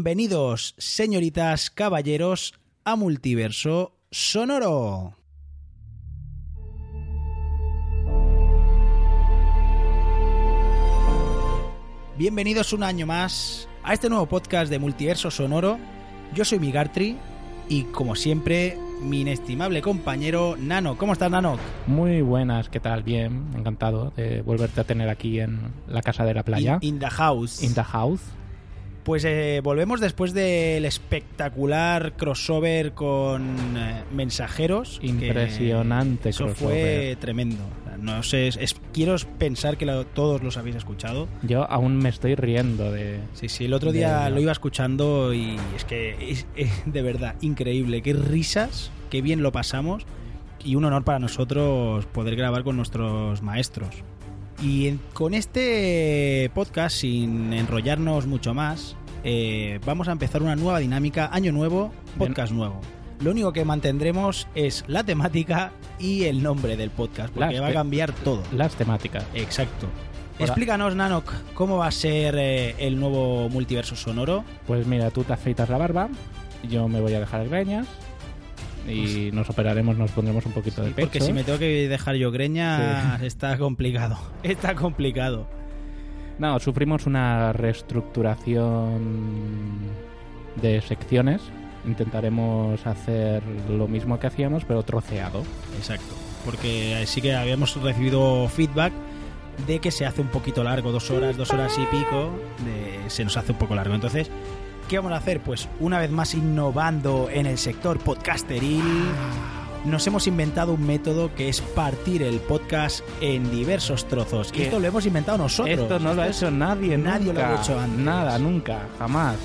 Bienvenidos, señoritas, caballeros, a Multiverso Sonoro. Bienvenidos un año más a este nuevo podcast de Multiverso Sonoro. Yo soy Migartri y como siempre, mi inestimable compañero Nano. ¿Cómo estás, Nano? Muy buenas, ¿qué tal? Bien, encantado de volverte a tener aquí en la casa de la playa. In, in the house. In the house. Pues eh, volvemos después del espectacular crossover con eh, mensajeros. que Impresionante Eso crossover. fue tremendo. No sé, es- quiero pensar que lo- todos los habéis escuchado. Yo aún me estoy riendo de... Sí, sí, el otro día De- lo iba escuchando y es que es, es de verdad increíble. Qué risas, qué bien lo pasamos y un honor para nosotros poder grabar con nuestros maestros. Y en- con este podcast, sin enrollarnos mucho más, eh, vamos a empezar una nueva dinámica, año nuevo, podcast nuevo. Lo único que mantendremos es la temática y el nombre del podcast, porque Las va a te- cambiar todo. las temáticas. Exacto. Hola. Explícanos, Nanok, cómo va a ser eh, el nuevo multiverso sonoro. Pues mira, tú te afeitas la barba, yo me voy a dejar greñas y nos operaremos, nos pondremos un poquito de pecho. Porque si me tengo que dejar yo greña, está complicado. Está complicado. No, sufrimos una reestructuración de secciones. Intentaremos hacer lo mismo que hacíamos, pero troceado. Exacto. Porque sí que habíamos recibido feedback de que se hace un poquito largo, dos horas, dos horas y pico, de- se nos hace un poco largo. Entonces, ¿qué vamos a hacer? Pues una vez más innovando en el sector podcasteril, Ah. nos hemos inventado un método que es partir el podcast en diversos trozos. Y Que- esto lo hemos inventado nosotros. Esto no lo ha es- hecho nadie, nadie lo nunca. ha hecho antes. Nada, nunca, jamás.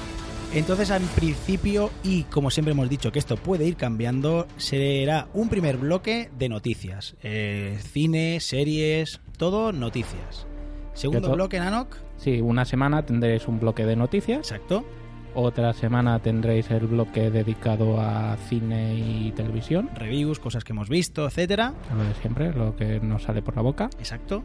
Entonces, en principio, y como siempre hemos dicho que esto puede ir cambiando, será un primer bloque de noticias. Eh, cine, series, todo noticias. De Segundo to- bloque, Nanok. Sí, una semana tendréis un bloque de noticias, Exacto. otra semana tendréis el bloque dedicado a cine y televisión, Reviews, cosas que hemos visto, etcétera. lo de siempre, lo que nos sale por la boca. Exacto.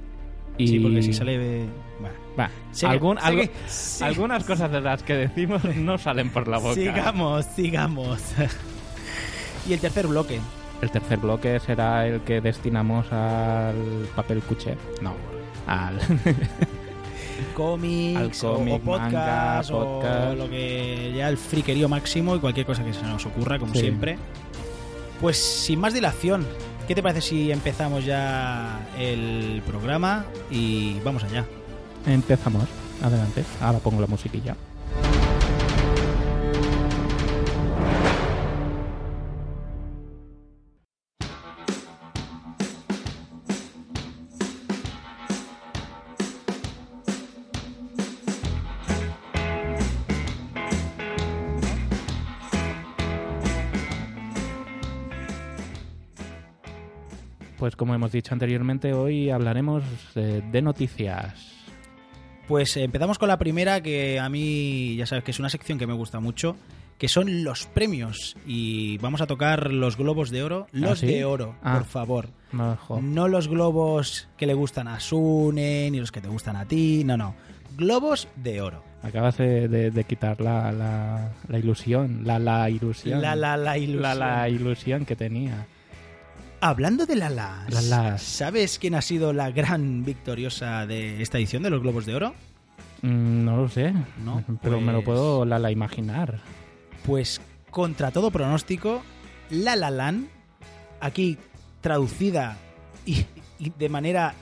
Y... Sí, porque si sale. eh, Bueno. Va, Sigue, algún- sigue, algo- sigue. Algunas cosas de las que decimos no salen por la boca. Sigamos, sigamos. y el tercer bloque. El tercer bloque será el que destinamos al papel cuché. No, al... cómics, Al cómic, o podcast, manga, o podcast. lo que ya el friquerío máximo y cualquier cosa que se nos ocurra, como Sí. siempre. Pues sin más dilación, ¿qué te parece si empezamos ya el programa y vamos allá? Empezamos. Adelante. Ahora pongo la musiquilla. Pues como hemos dicho anteriormente, hoy hablaremos eh, de noticias. Pues empezamos con la primera que a mí, ya sabes que es una sección que me gusta mucho, que son los premios y vamos a tocar los globos de oro, los sí? de oro, Ah. por favor. No, jo. No los globos que le gustan a Sune, ni los que te gustan a ti, no, no. Globos de oro. Acabas de, de- de quitar la, la- la ilusión, la, la ilusión. La la la ilusión. La- la ilusión que tenía. Hablando de la la, Lalas. ¿sabes quién ha sido la gran victoriosa de esta edición de los Globos de Oro? Mm, No lo sé, No, pero me lo pues- puedo la, la imaginar. Pues contra todo pronóstico, La La Land, aquí traducida y, y de manera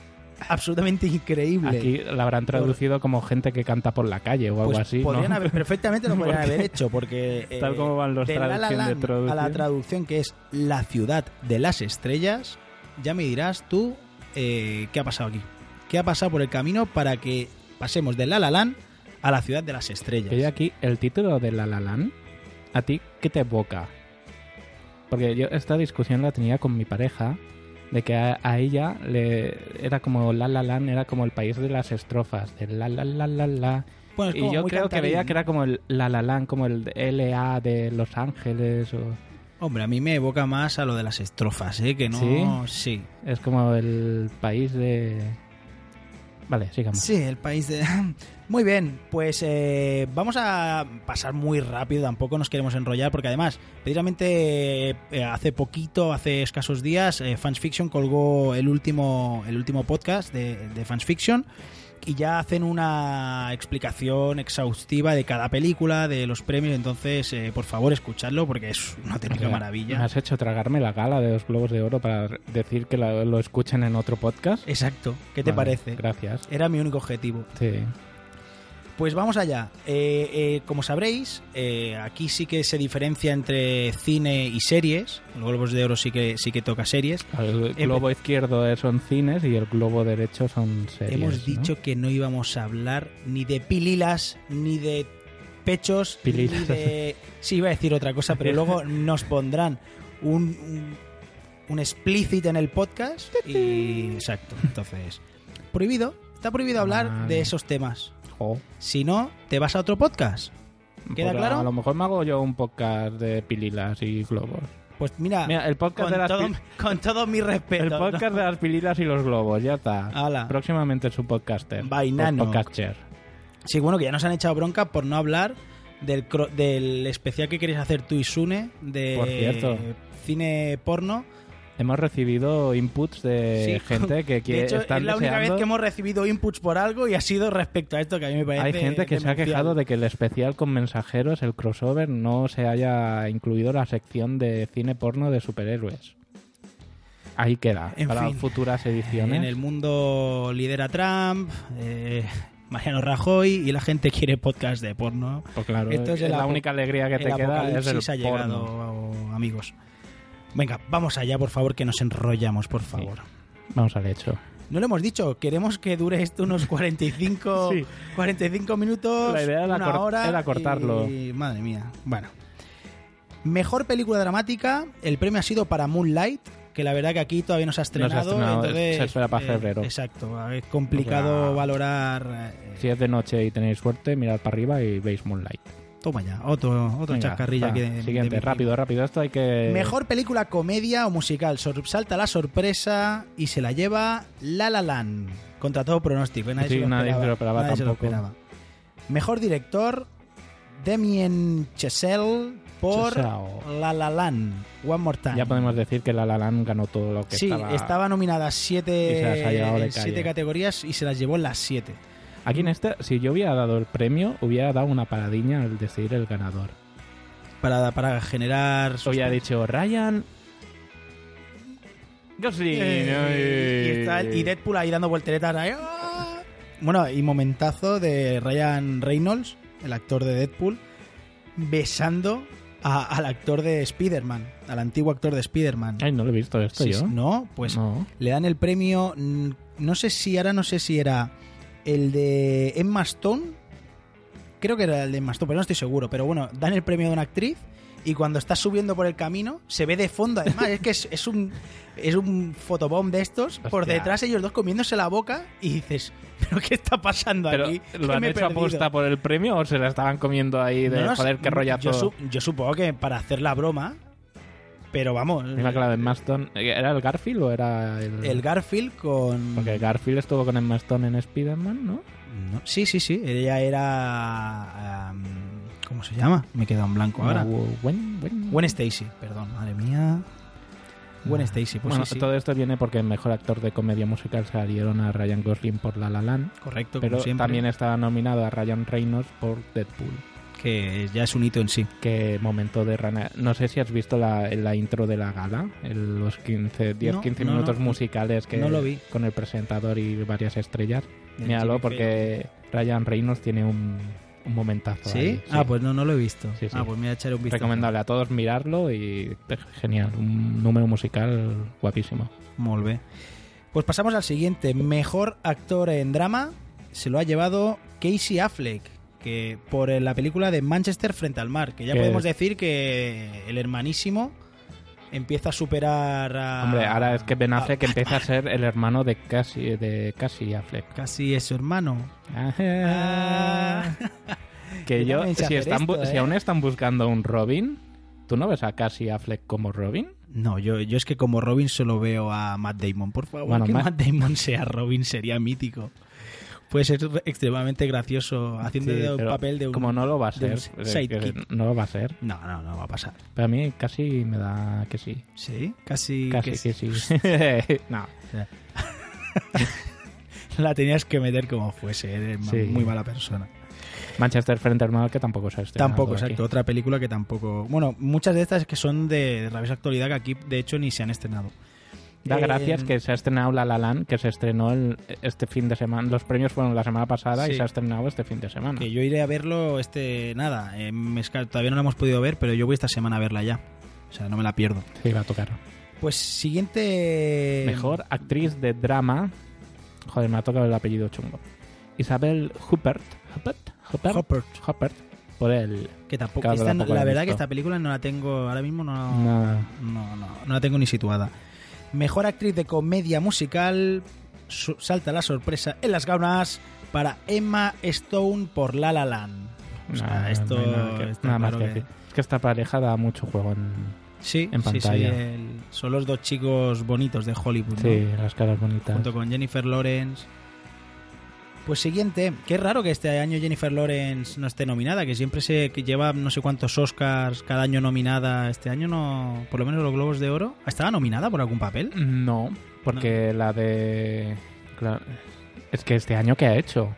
absolutamente increíble. Aquí la habrán traducido como gente que canta por la calle o algo pues así. ¿no? podrían haber, perfectamente lo podrían Porque- haber hecho porque eh, Tal como van los de La La traducción de Land a la traducción. traducción que es la ciudad de las estrellas ya me dirás tú eh, qué ha pasado aquí qué ha pasado por el camino para que pasemos de La La Land a la ciudad de las estrellas Que yo aquí, el título de La La Land, ¿a ti qué te evoca? Porque yo esta discusión la tenía con mi pareja, de que a, a ella le era como La La Land, era como el país de las estrofas, de La La La La La. Bueno, es Y como yo muy creo que cantarín, veía ¿no? que era como el La La Land, como el LA de Los Ángeles, o hombre a mí me evoca más a lo de las estrofas eh que no sí, ¿Sí? es como el país de... Vale, sigamos. Sí, el país de... Muy bien, pues eh, vamos a pasar muy rápido, tampoco nos queremos enrollar, porque además, precisamente eh, hace poquito, hace escasos días, eh, Fans Fiction colgó el último, el último podcast de, de Fans Fiction y ya hacen una explicación exhaustiva de cada película, de los premios, entonces eh, por favor escuchadlo porque es una O auténtica sea, maravilla. Me has hecho tragarme la gala de los Globos de Oro para re- decir que la- lo escuchen en otro podcast. Exacto, ¿qué te Vale, parece? Gracias. Era mi único objetivo. Sí. Pues vamos allá. Eh, eh, como sabréis, eh, aquí sí que se diferencia entre cine y series. Los Globos de Oro sí que, sí que toca series. El Empe- globo izquierdo es- son cines y el globo derecho son series. Hemos ¿no? dicho que no íbamos a hablar ni de pililas, ni de pechos, Pililas. ni de... Sí, iba a decir otra cosa, pero luego nos pondrán un, un, un explícito en el podcast. Y... Exacto, entonces... Prohibido, está prohibido hablar Vale. de esos temas. Jo. Si no, te vas a otro podcast. ¿Queda Pues claro? A lo mejor me hago yo un podcast de pililas y globos. Pues mira, Mira, el podcast, con, de las, todo, pi- con todo mi respeto. el ¿no? podcast de las pililas y los globos, ya está. Hala. Próximamente su podcaster. By Nano. Podcaster. Sí, bueno, que ya nos han echado bronca por no hablar del, cro- del especial que queréis hacer tú y Sune de Por cierto. cine porno. Hemos recibido inputs de Sí, gente que quiere. de hecho, es la están única vez deseando- que hemos recibido inputs por algo y ha sido respecto a esto que a mí me parece. Hay gente que se ha demencial. quejado de que el especial con mensajeros, el crossover, no se haya incluido la sección de cine porno de superhéroes. Ahí queda, En para fin. futuras ediciones. En el mundo lidera Trump, eh, Mariano Rajoy y la gente quiere podcast de porno. Pues claro, Esto es es el la apo- única alegría que El te queda es el apocalipsis ha porno. llegado, amigos. Venga, vamos allá, por favor, que nos enrollamos, por favor. Vamos al hecho. No lo hemos dicho, queremos que dure esto unos 45, Sí. 45 minutos, La idea era una cort- hora. era cortarlo. y- madre mía. Bueno. Mejor película dramática, el premio ha sido para Moonlight, que la verdad que aquí todavía no se ha se ha estrenado. estrenado, entonces, se espera para eh, febrero. exacto, es complicado O sea, valorar. eh, Si es de noche y tenéis suerte, mirad para arriba y veis Moonlight. Toma ya, otro, otro Venga, chascarrillo va, aquí. de- de Siguiente, mi- rápido, rápido. Esto hay que... Mejor película comedia o musical. Sor- salta la sorpresa y se la lleva La La Land. Contra todo pronóstico. ¿eh? Nadie, Sí, se, lo nadie esperaba, se lo esperaba Nadie se lo tampoco. esperaba. Mejor director Damien Chazelle por Chazelle. La La Land. One More Time. Ya podemos decir que La La Land ganó todo lo que sí, estaba... estaba nominada a Y se las ha llevado siete, de en siete calle. categorías y se las llevó en las siete. Aquí en este, si yo hubiera dado el premio, hubiera dado una paradiña al decidir el ganador. Para, para generar... Hubiera dicho Ryan... Gosling. Eh, y, está- y Deadpool ahí dando volteretas. ahí, ¡ah! Bueno, y momentazo de Ryan Reynolds, el actor de Deadpool, besando a- al actor de Spider-Man, al antiguo actor de Spider-Man. Ay, no lo he visto esto Sí, yo. sí, No, pues No. le dan el premio. mm, No sé si ahora, no sé si era el de Emma Stone. Creo que era el de Emma Stone, pero no estoy seguro. Pero bueno, dan el premio de una actriz y cuando está subiendo por el camino se ve de fondo. Además, es que es, es un es un fotobomb de estos. Por Hostia. detrás ellos dos comiéndose la boca y dices, ¿pero qué está pasando Pero, aquí? ¿Qué ¿lo han me he hecho perdido?". aposta por el premio o se la estaban comiendo ahí de No, no, joder, qué rollazo? Yo, su- yo supongo que para hacer la broma, pero vamos. Mira que la de Emma Stone- ¿Era el Garfield o era el...? El Garfield con... Porque Garfield estuvo con Emma Stone en Spider-Man, ¿no? No, Sí, sí, sí. Ella era. am, ¿Cómo se llama? Me he quedado en blanco ahora. No, Gwen- Gwen- Gwen Stacy, perdón, madre mía. Gwen Stacy, pues Ah, bueno, sí, sí. todo esto viene porque el mejor actor de comedia musical salieron a Ryan Gosling por La La Land, Correcto, pero como siempre. también estaba nominado a Ryan Reynolds por Deadpool. Que ya es un hito en sí. Qué momento de rana. No sé si has visto la, la intro de la gala, el- los 15, 10, No, 15 no, minutos no, musicales que no lo vi. con el presentador y varias estrellas. El Míralo Jimmy porque Ryan Reynolds tiene un, un momentazo. Fallon. ¿Sí? ahí, Ah, pues no, no lo he visto. Sí, sí. Ah, pues me voy a echar un vistazo. Recomendable a todos mirarlo y eh, genial, un número musical guapísimo. Molt bé. Pues pasamos al siguiente. Mejor actor en drama se lo ha llevado Casey Affleck, que por eh, la película de Manchester frente al mar, que ya Que- podemos decir que el hermanísimo empieza a superar a... Hombre, ahora es que Ben a- Affleck empieza a ser el hermano de Cassie, de Cassie Affleck. Casi es su hermano. que Ah. Yo yo, también sé si, hacer están bu- esto, si ¿eh? aún están buscando un Robin, ¿tú no ves a Cassie Affleck como Robin? No, yo, yo es que como Robin solo veo a Matt Damon, por favor. Bueno, que Matt- Matt Damon sea Robin sería mítico. puede ser extremadamente gracioso haciendo Sí, un pero papel de un... Como no lo va a de ser. un es que sidekick. No lo va a ser. No, no, no va a pasar. Pero a mí casi me da que sí. Sí, casi... Casi que que sí. no. La tenías que meter como fuese, eres ma- Sí. muy mala persona. Manchester frente al mal que tampoco se ha estrenado Tampoco, aquí. exacto. Otra película que tampoco. Bueno, muchas de estas que son de, de rabiosa actualidad que aquí, de hecho, ni se han estrenado. Da Eh, gracias que se ha estrenado La La Land, que se estrenó el- este fin de semana. Los premios fueron la semana pasada y Sí. se ha estrenado este fin de semana. Que yo iré a verlo este. Nada, eh, me esca- todavía no la hemos podido ver, pero yo voy esta semana a verla ya. O sea, no me la pierdo. Sí, va a tocar. Pues siguiente. Mejor actriz de drama. Joder, me ha tocado el apellido chungo. Isabel Huppert. Huppert. Huppert. Hopper. Huppert. Por el. Que tampoco. Claro, esta- tampoco la la he verdad visto. que esta película no la tengo. Ahora mismo no. Nada. No, no, no la tengo ni situada. Mejor actriz de comedia musical. su- salta la sorpresa en las gaunas para Emma Stone por La La Land. O sea, Nada, no hay esto nada que- está nada más claro que que- decir. Es que esta pareja da mucho juego en. Sí, En sí, sí, pantalla. el- son los dos chicos bonitos de Hollywood, ¿no? Sí, las caras bonitas. junto con Jennifer Lawrence. Pues siguiente, qué raro que este año Jennifer Lawrence no esté nominada, que siempre se que lleva no sé cuántos Oscars cada año nominada. Este año no, por lo menos los Globos de Oro, ¿estaba nominada por algún papel? No, porque la de. claro, Es que este año que ha hecho,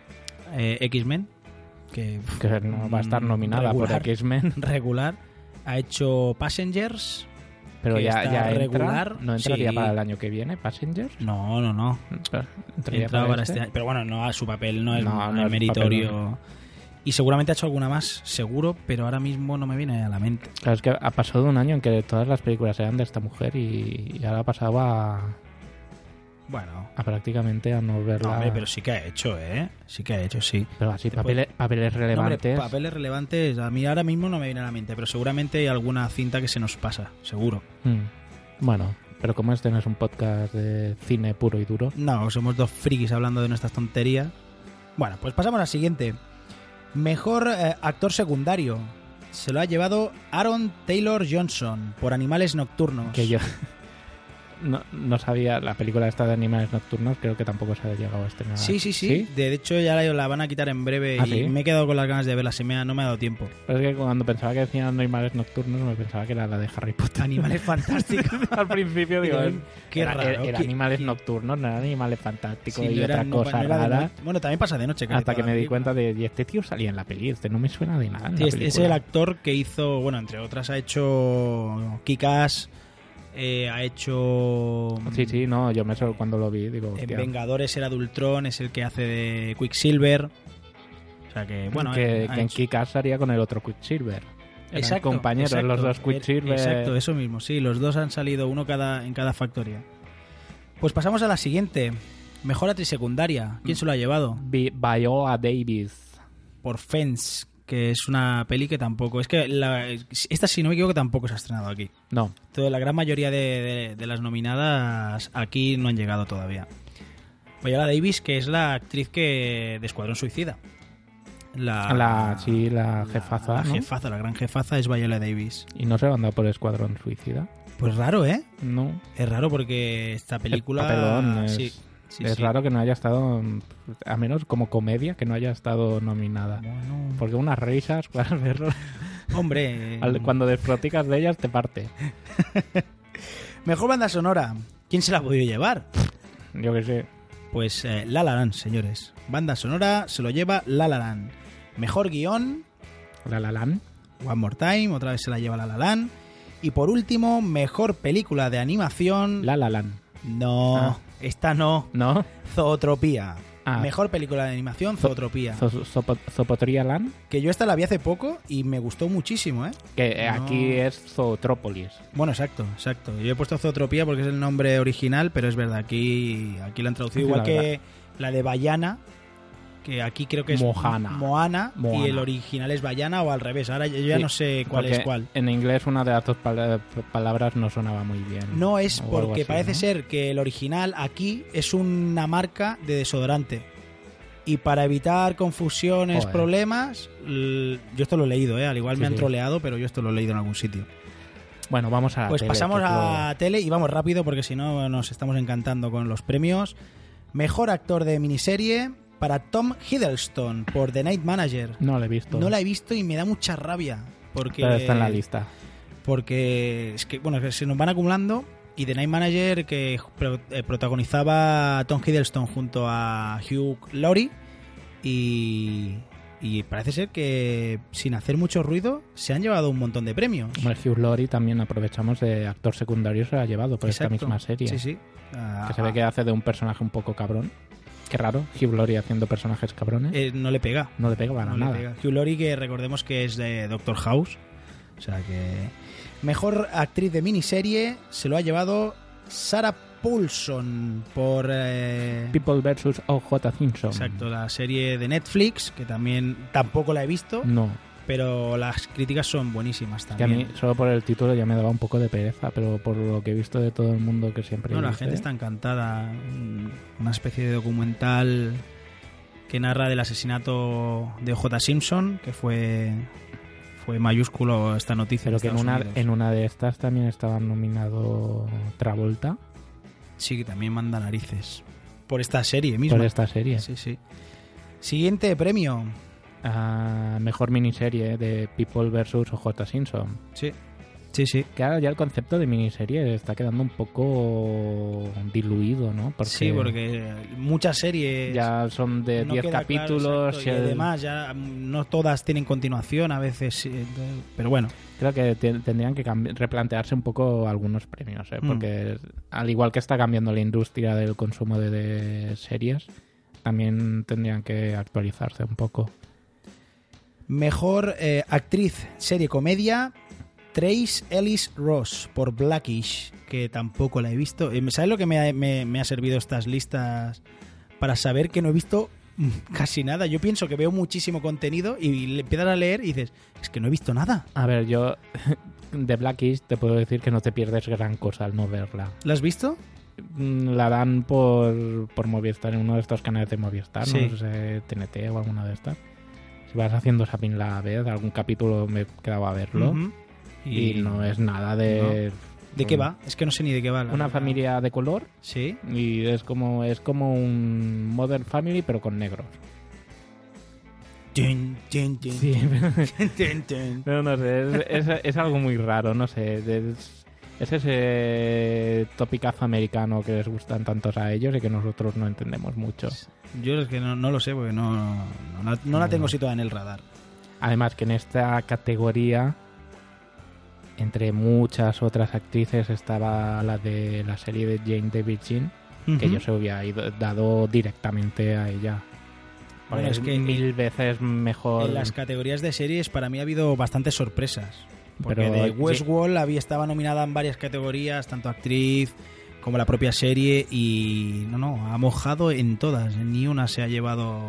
Eh, X-Men, que pff, que no va a estar Mm, nominada regular. por X-Men, regular, ha hecho Passengers. pero Que ya, está ya entra, regular, no entraría sí. para el año que viene, Passenger. No, no, no. Entraría Entraba para para este. este año. Pero bueno, no, su papel no es, No, no no es es meritorio. papel, Y seguramente ha hecho alguna más, seguro, pero ahora mismo no me viene a la mente. Claro, es que ha pasado un año en que todas las películas eran de esta mujer y, y ahora pasaba a, Bueno, a prácticamente a no verla. no, hombre, pero sí que ha hecho, ¿eh? Sí que ha hecho, sí. Pero así, te papeles, papeles No, hombre, relevantes. papeles relevantes, a mí ahora mismo no me viene a la mente, pero seguramente hay alguna cinta que se nos pasa, seguro. Mm. Bueno, pero como este no es un podcast de cine puro y duro, No, somos dos frikis hablando de nuestras tonterías. Bueno, pues pasamos al siguiente. Mejor eh, actor secundario. Se lo ha llevado Aaron Taylor Johnson por Animales Nocturnos. que yo no, no sabía la película esta de animales nocturnos creo que tampoco se ha llegado a estrenar Sí, sí, sí, De hecho, ya la, la van a quitar en breve ¿Ah, y sí? me he quedado con las ganas de verla. Se me ha- no me ha dado tiempo. Pero es que cuando pensaba que decían animales nocturnos me pensaba que era la de Harry Potter Animales fantásticos. al principio digo Digo, Qué era, raro. era- era que- animales nocturnos no era animales fantásticos sí, y no era- otra no- cosa no era de rara noche. Bueno, también pasa de noche. casi hasta que toda me la di película. cuenta de y este tío salía en la peli este no me suena de nada en la Es, es película". el actor que hizo, bueno, entre otras, ha hecho Kikas, ha hecho. sí sí no yo me sor- cuando lo vi digo En hostia, Vengadores era Dultron, es el que hace de Quicksilver. O sea que, bueno, que, eh, ha que en hecho- Kikas salía con el otro Quicksilver eran Exacto, compañeros exacto. los dos Eh, Quicksilver Exacto, eso mismo, sí, los dos han salido uno cada en cada factoría. Pues pasamos a la siguiente. Mejor actriz secundaria. Mm. ¿Quién se lo ha llevado? Bi- Viola Davis Por Fence, que es una peli que tampoco. Es que la- esta, si no me equivoco, tampoco se ha estrenado aquí. No, Toda la gran mayoría de, de- de las nominadas aquí no han llegado todavía. Viola Davis, que es la actriz que de Escuadrón Suicida. Ah, La, la, sí, la jefaza. La ¿no? jefaza, la gran jefaza es Viola Davis. Y no se lo han dado por Escuadrón Suicida. Pues raro, ¿eh? No. Es raro porque esta película. El papelón es, sí, sí, es sí. raro que no haya estado, mm, a menos como comedia, que no haya estado nominada. Bueno, Porque unas risas, para verlo, hombre. eh, al- cuando desfroticas de ellas te parte. Mejor banda sonora. ¿Quién se la ha podido llevar? Yo que sé. Pues eh, La La Land, señores. Banda sonora se lo lleva La La Land. Mejor guión, La La Land. One More Time, otra vez se la lleva La La Land. Y por último, mejor película de animación. La La Land. No, Ah. esta no. ¿No? Zootropía. Ah. Mejor película de animación, Zootropía. Zo- Zopo- Zopotría Land. que yo esta la vi hace poco y me gustó muchísimo, ¿eh? Que eh, No. aquí es Zootrópolis. Bueno, exacto, exacto. Yo he puesto Zootropía porque es el nombre original, pero es verdad, aquí, aquí la han traducido. Sí, Igual Ah, la que la de Bayana, que aquí creo que es Mohana. Moana, Moana. y el original es Bayana o al revés. Ahora yo ya Sí, no sé cuál Porque es cuál. En inglés una de las dos pala- palabras no sonaba muy bien. No es O algo porque así, parece ¿no? ser que el original aquí es una marca de desodorante. Y para evitar confusiones, Joder. problemas, l- yo esto lo he leído, ¿eh? al igual Sí, me han sí. troleado, pero yo esto lo he leído en algún sitio. Bueno, vamos a la Pues Ah, tele, pasamos que es lo- a tele y vamos rápido porque si no nos estamos encantando con los premios. Mejor actor de miniserie, para Tom Hiddleston por The Night Manager. No la he visto. No la he visto y me da mucha rabia. Porque, Pero está en la lista. Porque es que, bueno, es que se nos van acumulando. Y The Night Manager, que pro- eh, protagonizaba Tom Hiddleston junto a Hugh Laurie. Y, y parece ser que, sin hacer mucho ruido, se han llevado un montón de premios. Hombre, Hugh Laurie también aprovechamos de actor secundario, se lo ha llevado por esta Exacto. misma serie. Sí, Ah, sí. Que se ve que hace de un personaje un poco cabrón. Qué raro, Hugh Laurie haciendo personajes cabrones. Eh, no le pega. no le pega para No le nada. pega. Hugh Laurie, que recordemos que es de Doctor House. O sea que. Mejor actriz de miniserie se lo ha llevado Sarah Paulson por. eh, People vs. O.J. Simpson. Exacto, la serie de Netflix, que también tampoco la he visto, No, pero las críticas son buenísimas Mm. que a también. mí solo por el título ya me daba un poco de pereza, pero por lo que he visto de todo el mundo que siempre. No, la dice, ¿eh? gente está encantada. Un- Una especie de documental que narra del asesinato de J. Simpson, que fue fue mayúsculo esta noticia. Pero que en Estados una, Unidos. en una de estas también estaba nominado Travolta Sí, que también manda narices. Por esta serie por misma. esta serie. Sí, sí. Siguiente premio. Ah, mejor miniserie de People vs. O.J. Simpson. Sí. Sí, sí. Que ahora ya el concepto de miniserie está quedando un poco diluido, ¿no? Sí, porque muchas series. ya son de no 10 queda claro, capítulos. exacto, el- y además, ya mm, no todas tienen continuación, a veces. sí, de- Pero bueno, Creo que te- tendrían que cambi- replantearse un poco algunos premios, ¿eh? Mm. porque al igual que está cambiando la industria del consumo de, de series, también tendrían que actualizarse un poco. mejor eh, actriz, serie, comedia. Trace Ellis Ross por Blackish, que tampoco la he visto. Eh, ¿Sabes lo que me ha, me- me ha servido estas listas para saber que no he visto mm, casi nada? Yo pienso que veo muchísimo contenido y le empiezas a leer y dices, es que no he visto nada. A ver, yo de Blackish te puedo decir que no te pierdes gran cosa al no verla. ¿La has visto? Mm, La dan por, por Movistar, en uno de estos canales de Movistar, Sí. no sé, TNT o alguna de estas. Si vas haciendo zapping la vez, algún capítulo me quedaba a verlo. Ujú. Y no es nada de... ¿De qué va? Es que no sé ni de qué va. la Una verdad. familia de color Sí. y es como es como un Modern Family pero con negros. Tin, tin, tin, Sí, tin, tin, tin. pero no sé, es, es- es algo muy raro, no sé. Es, es ese topicazo americano que les gustan tantos a ellos y que nosotros no entendemos mucho. Yo es que no, no lo sé porque no, no, la- no la tengo situada en el radar. Además que en esta categoría, entre muchas otras actrices, estaba la de la serie de Jane the Virgin, que Ujú. yo se hubiera ido- dado directamente a ella. Bueno, Porque es es que- mil veces mejor. En las categorías de series para mí ha habido bastantes sorpresas. Porque Pero- de Westworld había, estaba nominada en varias categorías, tanto actriz como la propia serie, y no, no, ha mojado en todas, ni una se ha llevado.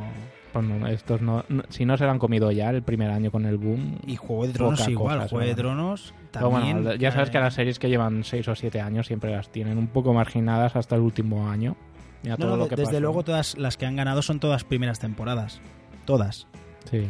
Bueno, estos Pues no, no- si no se lo han comido ya el primer año con el boom. Y Juego de Tronos Poca igual, cosa, Juego de ¿no? Tronos Pero también. bueno, ya sabes que eh, las series que llevan 6 o 7 años siempre las tienen un poco marginadas hasta el último año. Mira No, todo no, lo de- que desde pasó. luego todas las que han ganado son todas primeras temporadas. Todas. Sí.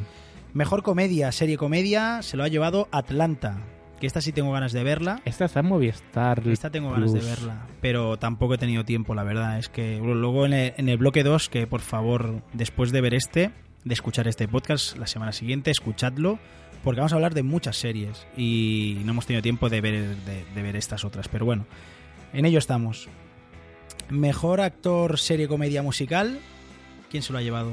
Mejor comedia, serie comedia, se lo ha llevado Atlanta. Que esta sí tengo ganas de verla. Esta está en Movistar. Esta tengo ganas de Plus. verla. Pero tampoco he tenido tiempo, la verdad. Es que luego en el, en el bloque 2, que por favor, después de ver este, de escuchar este podcast la semana siguiente, escuchadlo. Porque vamos a hablar de muchas series. Y no hemos tenido tiempo de ver, de- de ver estas otras. Pero bueno, en ello estamos. Mejor actor, serie comedia musical. ¿Quién se lo ha llevado?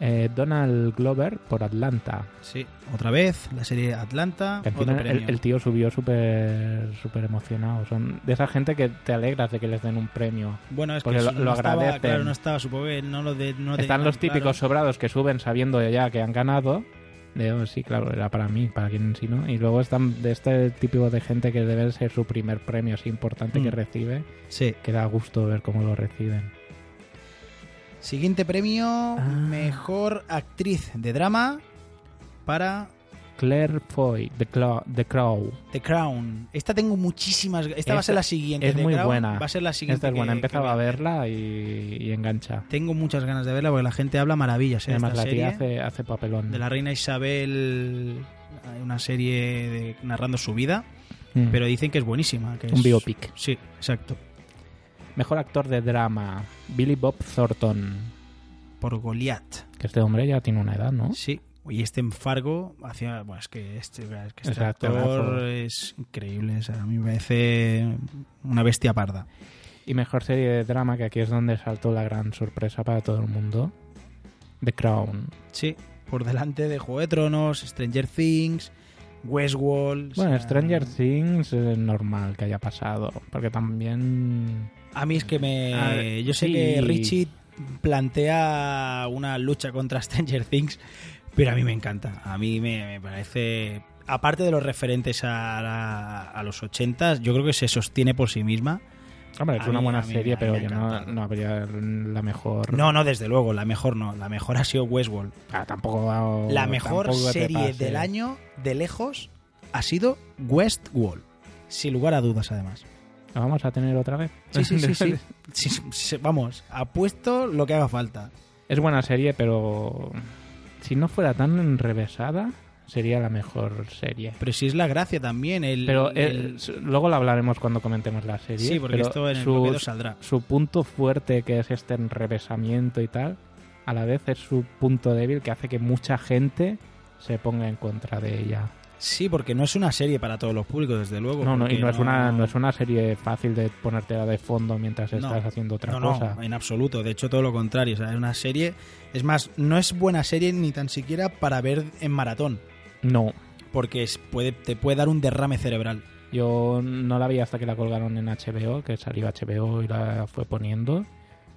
Eh, Donald Glover por Atlanta. Sí, otra vez, la serie Atlanta, Que otro encima premio. el, el tío subió súper súper emocionado. Son de esa gente que te alegras de que les den un premio. bueno, es que porque lo- no lo estaba, agradecen. claro, no estaba, supongo que no lo de, no lo Están tenían los claro. típicos sobrados que suben sabiendo ya que han ganado. De, "Oh, sí, claro, era para mí, para quien sí, ¿no? Y luego están de este típico de gente que debe ser su primer premio así importante que Mm. recibe, Sí. que da gusto ver cómo lo reciben. Siguiente premio, Ah. mejor actriz de drama para Claire Foy, The, Clo- The Crow. The Crown. Esta tengo muchísimas, esta, va a Esta ser la siguiente. es The muy Crown buena. Va a ser la siguiente. Esta es que- buena, que empezaba a voy verla y, y engancha. Tengo muchas ganas de verla porque la gente habla maravillas. ¿eh? de Además, esta la tía serie. hace, hace papelón. de la reina Isabel, una serie de- narrando su vida, Mm. pero dicen que es buenísima. Que Un es- biopic. Sí, exacto. Mejor actor de drama, Billy Bob Thornton. por Goliath. Que este hombre ya tiene una edad, ¿no? Sí. Y este en Fargo hacía. Bueno, es que este, es que este Exacto, actor Fargo. es increíble. O sea, a mí me parece una bestia parda. Y mejor serie de drama, que aquí es donde saltó la gran sorpresa para todo el mundo. The Crown. Sí, por delante de Juego de Tronos, Stranger Things, Westworld. o Bueno, sea, Stranger Things es normal que haya pasado, porque también... A mí es que me. A ver, yo sé sí. que Richie plantea una lucha contra Stranger Things, pero a mí me encanta. A mí me, me parece. Aparte de los referentes a, la- a los 80, yo creo que se sostiene por sí misma. Hombre, A es una mí- buena a mí- a serie, mí pero me yo no, encanta. no habría la mejor... No, no, desde luego, la mejor no. La mejor ha sido Westworld. Ah, tampoco... La mejor tampoco te serie pases. del año, de lejos, ha sido Westworld. Sin lugar a dudas, además. ¿La vamos a tener otra vez? Sí, sí, sí, sí. Sí, sí, sí, Vamos, apuesto lo que haga falta. Es buena serie, pero... Si no fuera tan enrevesada, sería la mejor serie. Pero si es la gracia también. El, Pero eh, el- su- luego lo hablaremos cuando comentemos la serie. Sí, porque pero esto en el su, bloque dos saldrá. su punto fuerte, que es este enrevesamiento y tal, a la vez es su punto débil que hace que mucha gente se ponga en contra de ella. Sí, porque no es una serie para todos los públicos, desde luego. No, no, y porque no, es una, no es una serie fácil de ponértela de fondo mientras No, estás haciendo otra no, no, cosa. en absoluto. De hecho, todo lo contrario. O sea, es una serie. Es más, no es buena serie ni tan siquiera para ver en maratón. No, Porque es- puede, te puede dar un derrame cerebral. yo no la vi hasta que la colgaron en HBO, que salió HBO y la fue poniendo,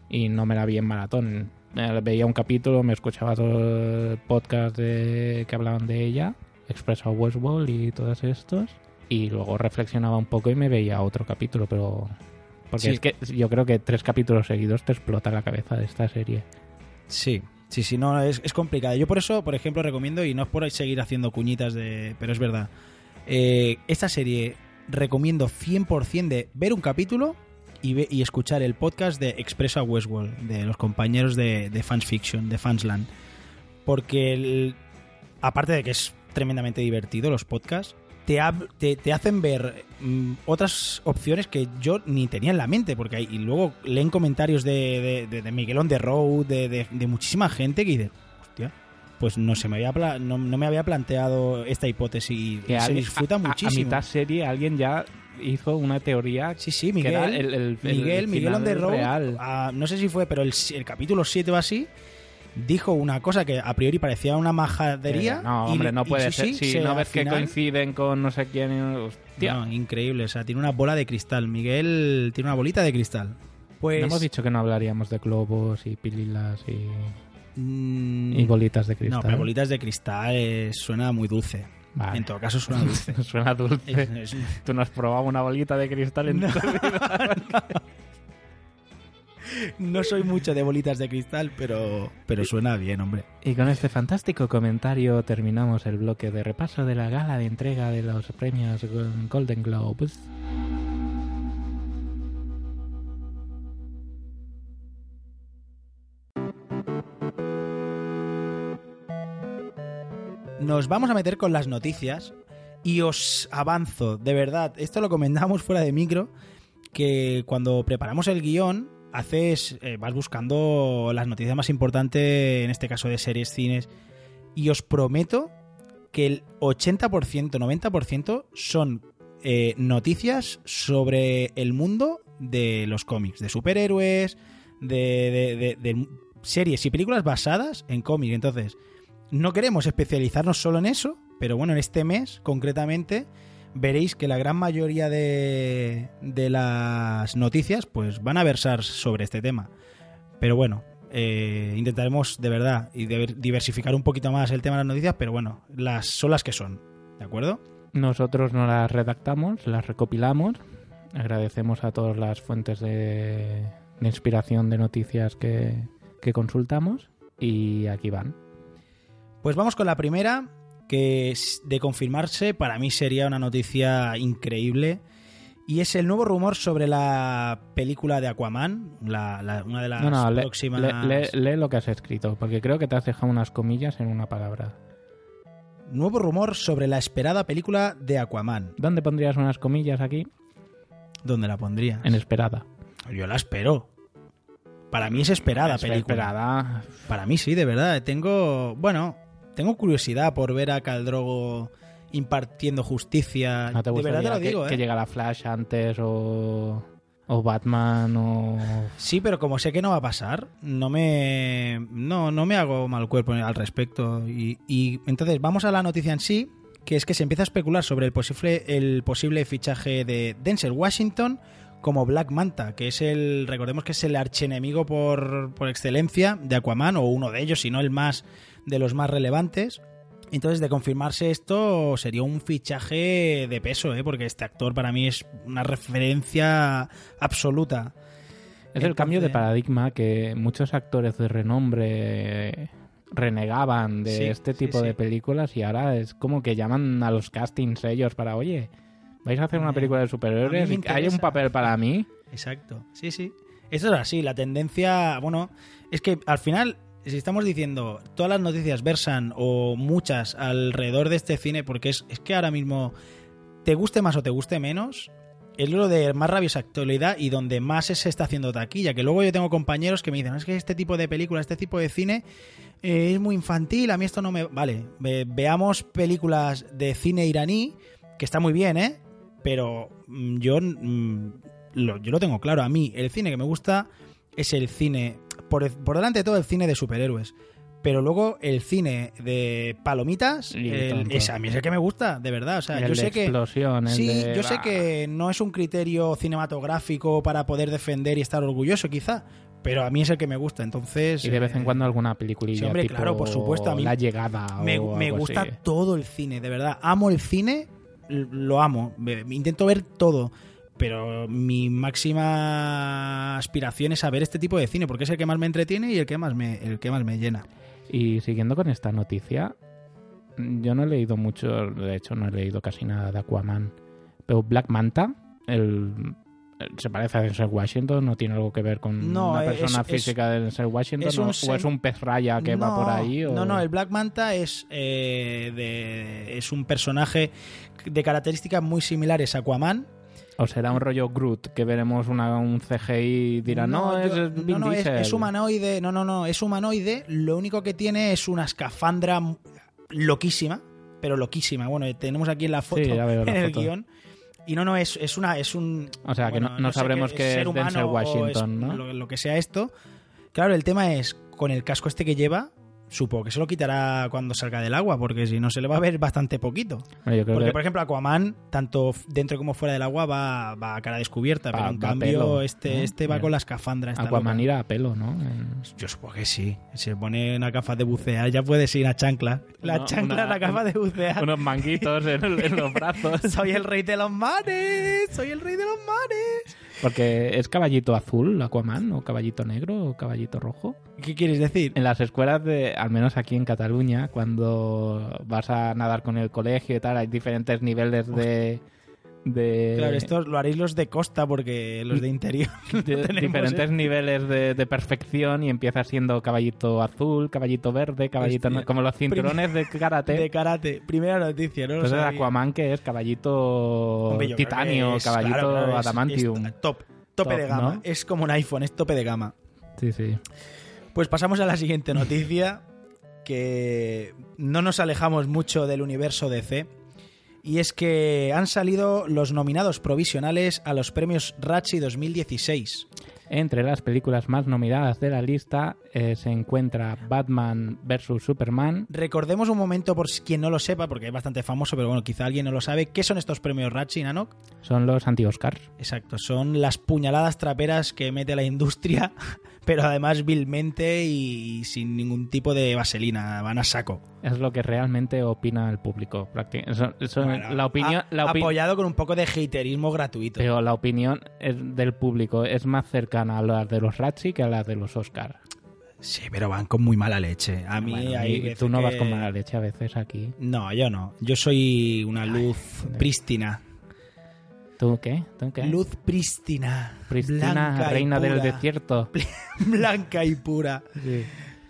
y no me la vi en maratón. Eh, Veía un capítulo, me escuchaba todo el podcast de- que hablaban de ella, Expreso Westworld y todos estos, y luego reflexionaba un poco y me veía otro capítulo, pero... Porque Sí. es que yo creo que tres capítulos seguidos te explota la cabeza de esta serie. Sí, sí, sí, no, es, es complicado. Yo por eso, por ejemplo, recomiendo, y no es por seguir haciendo cuñitas de... Pero es verdad. Eh, esta serie recomiendo 100% de ver un capítulo y, ve- y escuchar el podcast de Expresa Westworld, de los compañeros de, de Fans Fiction, de Fansland. Porque el- aparte de que es tremendamente divertido los podcasts, te, hab- te, te hacen ver mm, otras opciones que yo ni tenía en la mente, porque hay, y luego leen comentarios de, de, de- de Miguel on the Road, de, de- de muchísima gente que dice, hostia, pues no se me había pla- no, no me había planteado esta hipótesis y Que se alguien- disfruta a- a- muchísimo. A, mitad serie alguien ya hizo una teoría Sí, sí, que era Miguel. el, el- el Miguel, Miguel final on the road, real. ah, no sé si fue, pero el, el capítulo 7 o así, dijo una cosa que a priori parecía una majadería. Eh, No, y- hombre, no y puede sí, ser. sí, si se- no al ves que final- coinciden con no sé quién. Hostia. No, No, increíble, o sea, tiene una bola de cristal. Miguel tiene una bolita de cristal. Pues. hemos dicho que no hablaríamos de globos y pililas y, mm, y bolitas de cristal. No, pero bolitas de cristal eh, suena muy dulce. Vale. En todo caso, suena dulce. Suena Es- dulce. es- Tú no has probado una bolita de cristal en No. tu vida. no soy mucho de bolitas de cristal, pero, pero suena bien, hombre. Y con este fantástico comentario terminamos el bloque de repaso de la gala de entrega de los premios Golden Globes. nos vamos a meter con las noticias y os avanzo, de verdad, esto lo comentamos fuera de micro, que cuando preparamos el guión, haces, eh, vas buscando las noticias más importantes, en este caso de series, cines, y os prometo que el 80%, 90% son eh, noticias sobre el mundo de los cómics, de superhéroes, de- de- de- de series y películas basadas en cómics. Entonces, no queremos especializarnos solo en eso, pero bueno, en este mes concretamente veréis que la gran mayoría de, de las noticias pues van a versar sobre este tema. Pero bueno, eh, intentaremos de verdad y de- diversificar un poquito más el tema de las noticias, pero bueno, las son las que son, ¿de acuerdo? Nosotros no las redactamos, las recopilamos. Agradecemos a todas las fuentes de, de inspiración de noticias que, que consultamos. Y aquí van. Pues vamos con la primera, que es- de confirmarse para mí sería una noticia increíble. Y es el nuevo rumor sobre la película de Aquaman, la- la- una de las No, no, le- próximas... le- le- lee lo que has escrito, porque creo que te has dejado unas comillas en una palabra. Nuevo rumor sobre la esperada película de Aquaman. ¿Dónde pondrías unas comillas aquí? ¿Dónde la pondría? En esperada. Yo la espero. Para mí es esperada Es película. Esperada. Para mí sí, de verdad. Tengo, bueno, tengo curiosidad por ver a Caldrogo impartiendo justicia. No te de verdad te lo gustaría digo, que, ¿eh? que llegara Flash antes o, o Batman o... Sí, pero como sé que no va a pasar, no me, no, no me hago mal cuerpo al respecto. Y, y entonces vamos a la noticia en sí, que es que se empieza a especular sobre el posible, el posible fichaje de Denzel Washington como Black Manta, que es el, recordemos que es el archenemigo por, por excelencia de Aquaman, o uno de ellos, si no el más de los más relevantes. Entonces, de confirmarse esto, sería un fichaje de peso, ¿eh? porque este actor para mí es una referencia absoluta. Es el cambio de Entonces- paradigma que muchos actores de renombre renegaban de Sí, este sí, tipo de sí. películas y ahora es como que llaman a los castings ellos para, oye, vais a hacer una Eh, película de a superhéroes mí me y hay un interesa". papel para mí. Exacto, sí, sí. Esto es así, la tendencia, bueno, es que al final, si estamos diciendo, todas las noticias versan o muchas alrededor de este cine, porque es, es que ahora mismo, te guste más o te guste menos, es lo de más rabiosa actualidad y donde más se está haciendo taquilla, que luego yo tengo compañeros que me dicen, es que este tipo de película, este tipo de cine eh, es muy infantil, a mí esto no me... Vale, ve- veamos películas de cine iraní, que está muy bien, ¿eh? Pero mm, yo, mm, lo, yo lo tengo claro, a mí el cine que me gusta es el cine, por, por delante de todo el cine de superhéroes. Pero luego el cine de palomitas, Y el- tanto. es a mí es el que me gusta, de verdad. O sea, el yo de sé que explosión, el Sí, de- yo sé que no es un criterio cinematográfico para poder defender y estar orgulloso, quizá, pero a mí es el que me gusta, entonces... Y de vez en eh, cuando alguna peliculilla sí, hombre, tipo claro, por supuesto, a mí La llegada Me, o me algo gusta así. todo el cine, de verdad. Amo el cine, l- lo amo. Me- me intento ver todo, pero mi máxima aspiración es a ver este tipo de cine, porque es el que más me entretiene y el que más me, el que más me llena. Y siguiendo con esta noticia, yo no he leído mucho, de hecho no he leído casi nada de Aquaman, pero Black Manta, el, el- se parece a Denzel Washington, no tiene algo que ver con No, una es- persona es- física de Denzel Washington, es o- un o sen- es un pez raya que va por ahí. O... No, no, el Black Manta es, eh, de- es un personaje de características muy similares a Aquaman, o será un rollo Groot, que veremos una, un CGI y dirá, no, es, yo- es Vin no, no, es- Diesel". es humanoide. No, no, no, es humanoide. Lo único que tiene es una escafandra m- loquísima, pero loquísima. Bueno, tenemos aquí en la foto, Sí, ya veo la en el foto. guión. Y no, no, es, es una. Es un, O sea, que bueno, no, no no sé sabremos qué que ser es humano Denzel o es Washington, ¿no? Lo, lo que sea esto. Claro, el tema es, con el casco este que lleva, supongo que se lo quitará cuando salga del agua, porque si no se le va a ver bastante poquito. Bueno, yo creo Porque, que- por ejemplo, Aquaman, tanto f- dentro como fuera del agua, va, va a cara descubierta, Va- pero en Ah, va a cambio pelo, este, ¿no? este va Bien. con la escafandra. esta Aquaman loca. irá a pelo, ¿no? En- Yo supongo que sí. Se pone una capa de bucear, ya puedes ir a chancla. La Una- chancla, una- la capa de bucear. unos manguitos en, el- en los brazos. Soy el rey de los mares, soy el rey de los mares. Porque es caballito azul, Aquaman, o caballito negro, o caballito rojo. ¿Qué quieres decir? En las escuelas de, al menos aquí en Cataluña, cuando vas a nadar con el colegio y tal, hay diferentes niveles de. de Claro, esto lo haréis los de costa porque los de interior. de- tenemos, ¿eh? diferentes niveles de, de perfección y empiezas siendo caballito azul, caballito verde, caballito. Hostia. como los cinturones de karate. De karate. Primera noticia, ¿no? Lo Entonces, sabía. Aquaman, que es caballito Hombre, yo creo titanio, que es- caballito claro, claro, es- adamantium. es top, tope Top, de gama. ¿no? Es como un iPhone, es tope de gama. Sí, sí. Pues pasamos a la siguiente noticia, que no nos alejamos mucho del universo DC, y es que han salido los nominados provisionales a los premios Ratchi 2016. Entre las películas más nominadas de la lista eh, se encuentra Batman vs. Superman. Recordemos un momento, por si quien no lo sepa, porque es bastante famoso, pero bueno, quizá alguien no lo sabe, ¿qué son estos premios Ratchi, Nanok? Son los anti-Oscars. Exacto, son las puñaladas traperas que mete la industria, pero además vilmente y sin ningún tipo de vaselina, van a saco. Es lo que realmente opina el público. prácti- son- son- Bueno, la opinión, a- la opi- apoyado con un poco de haterismo gratuito. pero la opinión es del público es más cercana a la de los Ratchi que a la de los Oscar. Sí, pero van con muy mala leche. A mí Bueno, hay y veces tú no vas que- con mala leche a veces aquí. No, yo no. Yo soy una luz joder. prístina. ¿Tú qué? ¿Tú qué? Luz prístina. Pristina, blanca y reina del pura. desierto. Blanca y pura.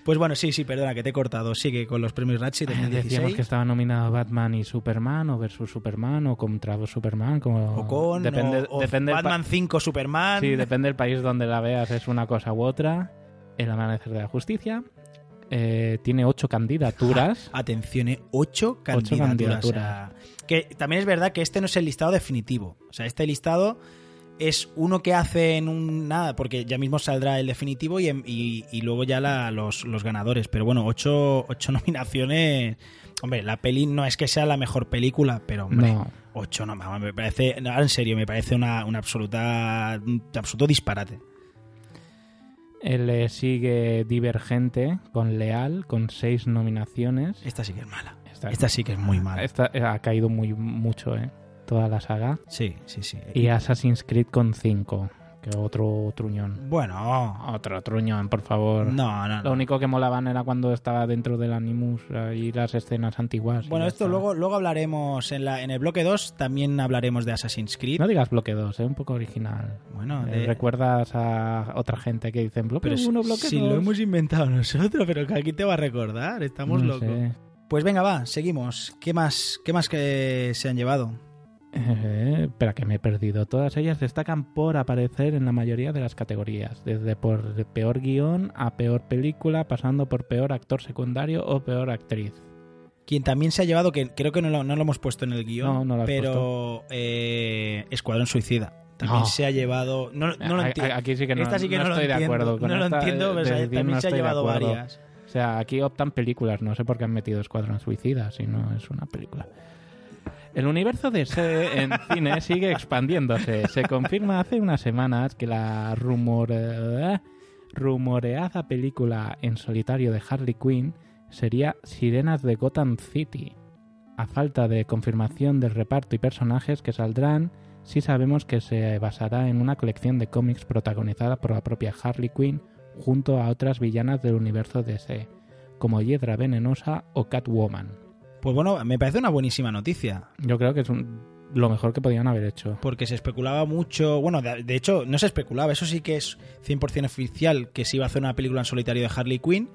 Pues bueno, sí, sí, perdona que te he cortado. Sigue con los premios Ratchet Ah, 2016. Decíamos que estaba nominado Batman y Superman, o versus Superman, o contra Superman, como... o con depende, o- o depende del pa- Batman 5 Superman. Sí, depende del país donde la veas, es una cosa u otra. El Amanecer de la Justicia eh, tiene ocho candidaturas. Atención, eh, ocho candidaturas. candidaturas. o sea, que también es verdad que este no es el listado definitivo. O sea, este listado es uno que hace en un nada, porque ya mismo saldrá el definitivo y, en- y- y luego ya la- los, los ganadores. Pero bueno, ocho, ocho nominaciones. Hombre, la peli no es que sea la mejor película, pero hombre, no, ocho no, mamá, me parece, no, ahora en serio, me parece una, una absoluta, un absoluto disparate. Eh, le sigue Divergente con Leal, con seis nominaciones. Esta sí que es mala. Esta, Eh, Esta sí que es muy mala. esta, eh, ha caído muy mucho, ¿eh? Toda la saga. Sí, sí, sí. Y Assassin's Creed con cinco, que otro truñón. Bueno, Otro truñón, por favor. no, no, Lo no. único que molaban era cuando estaba dentro del Animus eh, y las escenas antiguas. y Bueno, ya esto está. luego, luego hablaremos en, la, en el bloque 2, también hablaremos de Assassin's Creed. No digas bloque 2, es un poco original. Bueno, Eh, de- Recuerdas a otra gente que dicen bloque pero 1, bloque si 2. lo hemos inventado nosotros, pero que aquí te va a recordar, estamos No locos. sé. Pues venga, va, seguimos. ¿Qué más, qué más que se han llevado? Eh, espera, que me he perdido. Todas ellas destacan por aparecer en la mayoría de las categorías, desde por peor guión a peor película, pasando por peor actor secundario o peor actriz. Quien también se ha llevado, que creo que no lo, no lo hemos puesto en el guión, No, no lo has pero eh, Escuadrón Suicida. También No. se ha llevado. No, no lo Ah. A- a- entiendo. Aquí sí que no, Esta sí que no no, estoy lo entiendo. de acuerdo. Con no lo esta, entiendo, pero de decir también no se ha estoy de llevado acuerdo. varias. O sea, aquí optan películas, no sé por qué han metido Escuadrón Suicida, si no es una película. El universo de DC en cine sigue expandiéndose. Se confirma hace unas semanas que la rumor- eh, rumoreada película en solitario de Harley Quinn sería Sirenas de Gotham City. A falta de confirmación del reparto y personajes que saldrán, sí sabemos que se basará en una colección de cómics protagonizada por la propia Harley Quinn junto a otras villanas del universo DC, como Hiedra Venenosa o Catwoman. Pues bueno, me parece una buenísima noticia. Yo creo que es un- lo mejor que podían haber hecho. porque se especulaba mucho, bueno, de, de hecho no se especulaba, eso sí que es 100% oficial que se iba a hacer una película en solitario de Harley Quinn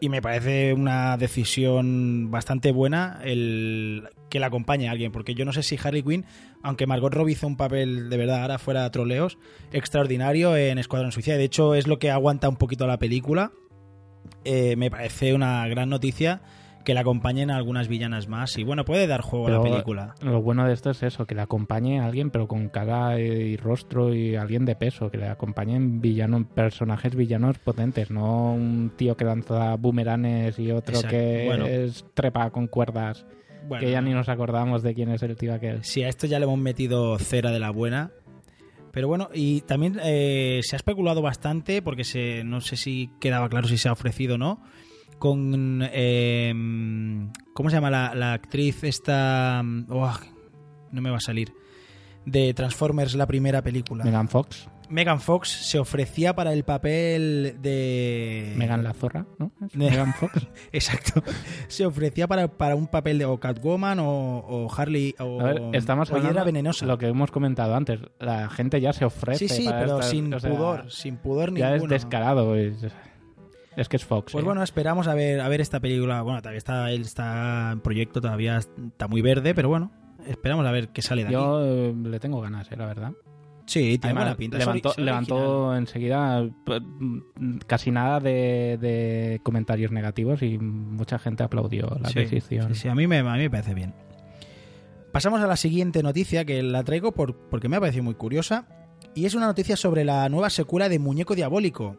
y me parece una decisión bastante buena el que la acompañe a alguien, porque yo no sé si Harley Quinn, aunque Margot Robbie hizo un papel de verdad ahora fuera de troleos, extraordinario en Escuadrón Suicida, de hecho es lo que aguanta un poquito la película, Eh, me parece una gran noticia que la acompañen a algunas villanas más y bueno, puede dar juego a la Pero- película. Lo bueno de esto es eso, que le acompañe a alguien, pero con cara y rostro y alguien de peso, que le acompañen villano, personajes villanos potentes, no un tío que lanza boomeranes y otro Exacto, que bueno. es trepa con cuerdas, Bueno, que ya ni nos acordamos de quién es el tío aquel. Sí, a esto ya le hemos metido cera de la buena. Pero bueno, y también eh, se ha especulado bastante, porque se, no sé si quedaba claro si se ha ofrecido o no, con... eh, ¿Cómo se llama la, la actriz esta? Uah, no me va a salir. De Transformers, la primera película. Megan Fox, Megan Fox se ofrecía para el papel de... Megan la zorra, ¿no? ¿Es Ne- Megan Fox. Exacto. Se ofrecía para, para un papel de o Catwoman o, o Harley o... A ver, estamos o Hiedra hablando venenosa. lo que hemos comentado antes. La gente ya se ofrece. Sí, sí, para pero estas- sin o sea, pudor, sin pudor Ya ninguno. es descarado. Es, es que es Fox. Pues ¿eh? bueno, esperamos a ver, a ver esta película. Bueno, todavía está, él está en proyecto, todavía está muy verde, pero bueno, esperamos a ver qué sale de aquí. Yo eh, le tengo ganas, eh, la verdad. Sí, tiene Además, buena pinta. es levantó, ori- es original. levantó enseguida p- m- casi nada de, de comentarios negativos y mucha gente aplaudió la Sí, decisión. sí, sí, a mí, me, a mí me parece bien. Pasamos a la siguiente noticia que la traigo por, porque me ha parecido muy curiosa. Y es una noticia sobre la nueva secuela de Muñeco Diabólico,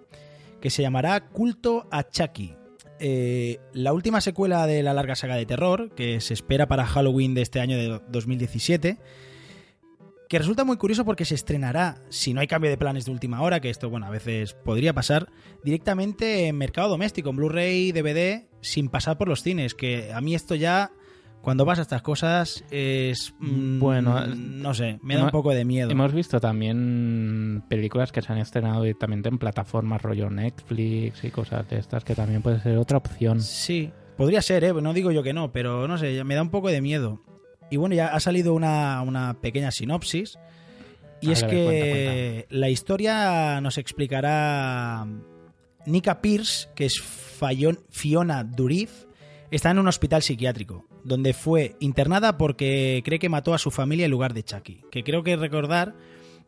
que se llamará Culto a Chucky. Eh, la última secuela de la larga saga de terror, que se espera para Halloween de este año de 2017, que resulta muy curioso porque se estrenará, si no hay cambio de planes de última hora, que esto, bueno, a veces podría pasar, directamente en mercado doméstico, en Blu-ray, DVD, sin pasar por los cines, que a mí esto ya, cuando vas a estas cosas, es... mm, Bueno, no sé, me da un hemos- poco de miedo. Hemos visto también películas que se han estrenado directamente en plataformas rollo Netflix y cosas de estas, que también puede ser otra opción. Sí, podría ser, ¿eh? no digo yo que no, pero no sé, ya me da un poco de miedo. Y bueno, ya ha salido una, una pequeña sinopsis. Y A es ver, que cuenta, la historia nos explicará Nika Pierce, que es Fallon- Fiona Durif, está en un hospital psiquiátrico, donde fue internada porque cree que mató a su familia en lugar de Chucky. Que creo que recordar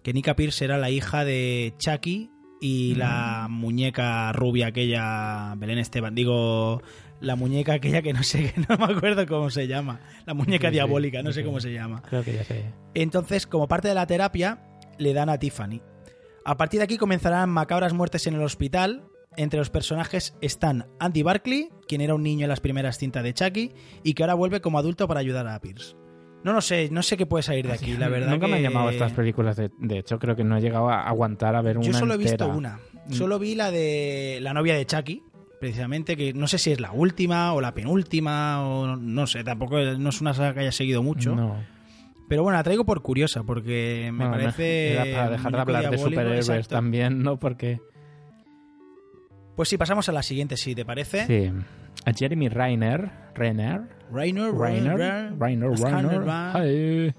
que Nika Pierce era la hija de Chucky y la Mm. muñeca rubia aquella, Belén Esteban, digo, la muñeca aquella que no sé, que no me acuerdo cómo se llama, la muñeca Sí, sí, diabólica, no sí, sé sí. cómo se llama. Creo que ya sé. Entonces, como parte de la terapia, le dan a Tiffany. A partir de aquí comenzarán macabras muertes en el hospital. Entre los personajes están Andy Barkley, quien era un niño en las primeras cintas de Chucky, y que ahora vuelve como adulto para ayudar a Pierce. No lo sé, no sé qué puede salir de aquí, la verdad. Ah, Nunca me han que- llamado estas películas. De, de hecho, creo que no he llegado a aguantar a ver una. Yo solo he visto entera. Mm. una. Solo vi la de la novia de Chucky, precisamente, que no sé si es la última o la penúltima, o no sé, tampoco no es una saga que haya seguido mucho. No. Pero bueno, la traigo por curiosa, porque me Bueno, parece. Era para dejar de muñeco hablar de diabólico, superhéroes exacto. también, ¿no? Porque. Pues sí, pasamos a la siguiente, si te parece. Sí. A Jeremy Reiner. Reiner. Rainer, Reiner. Reiner. Reiner. Ay.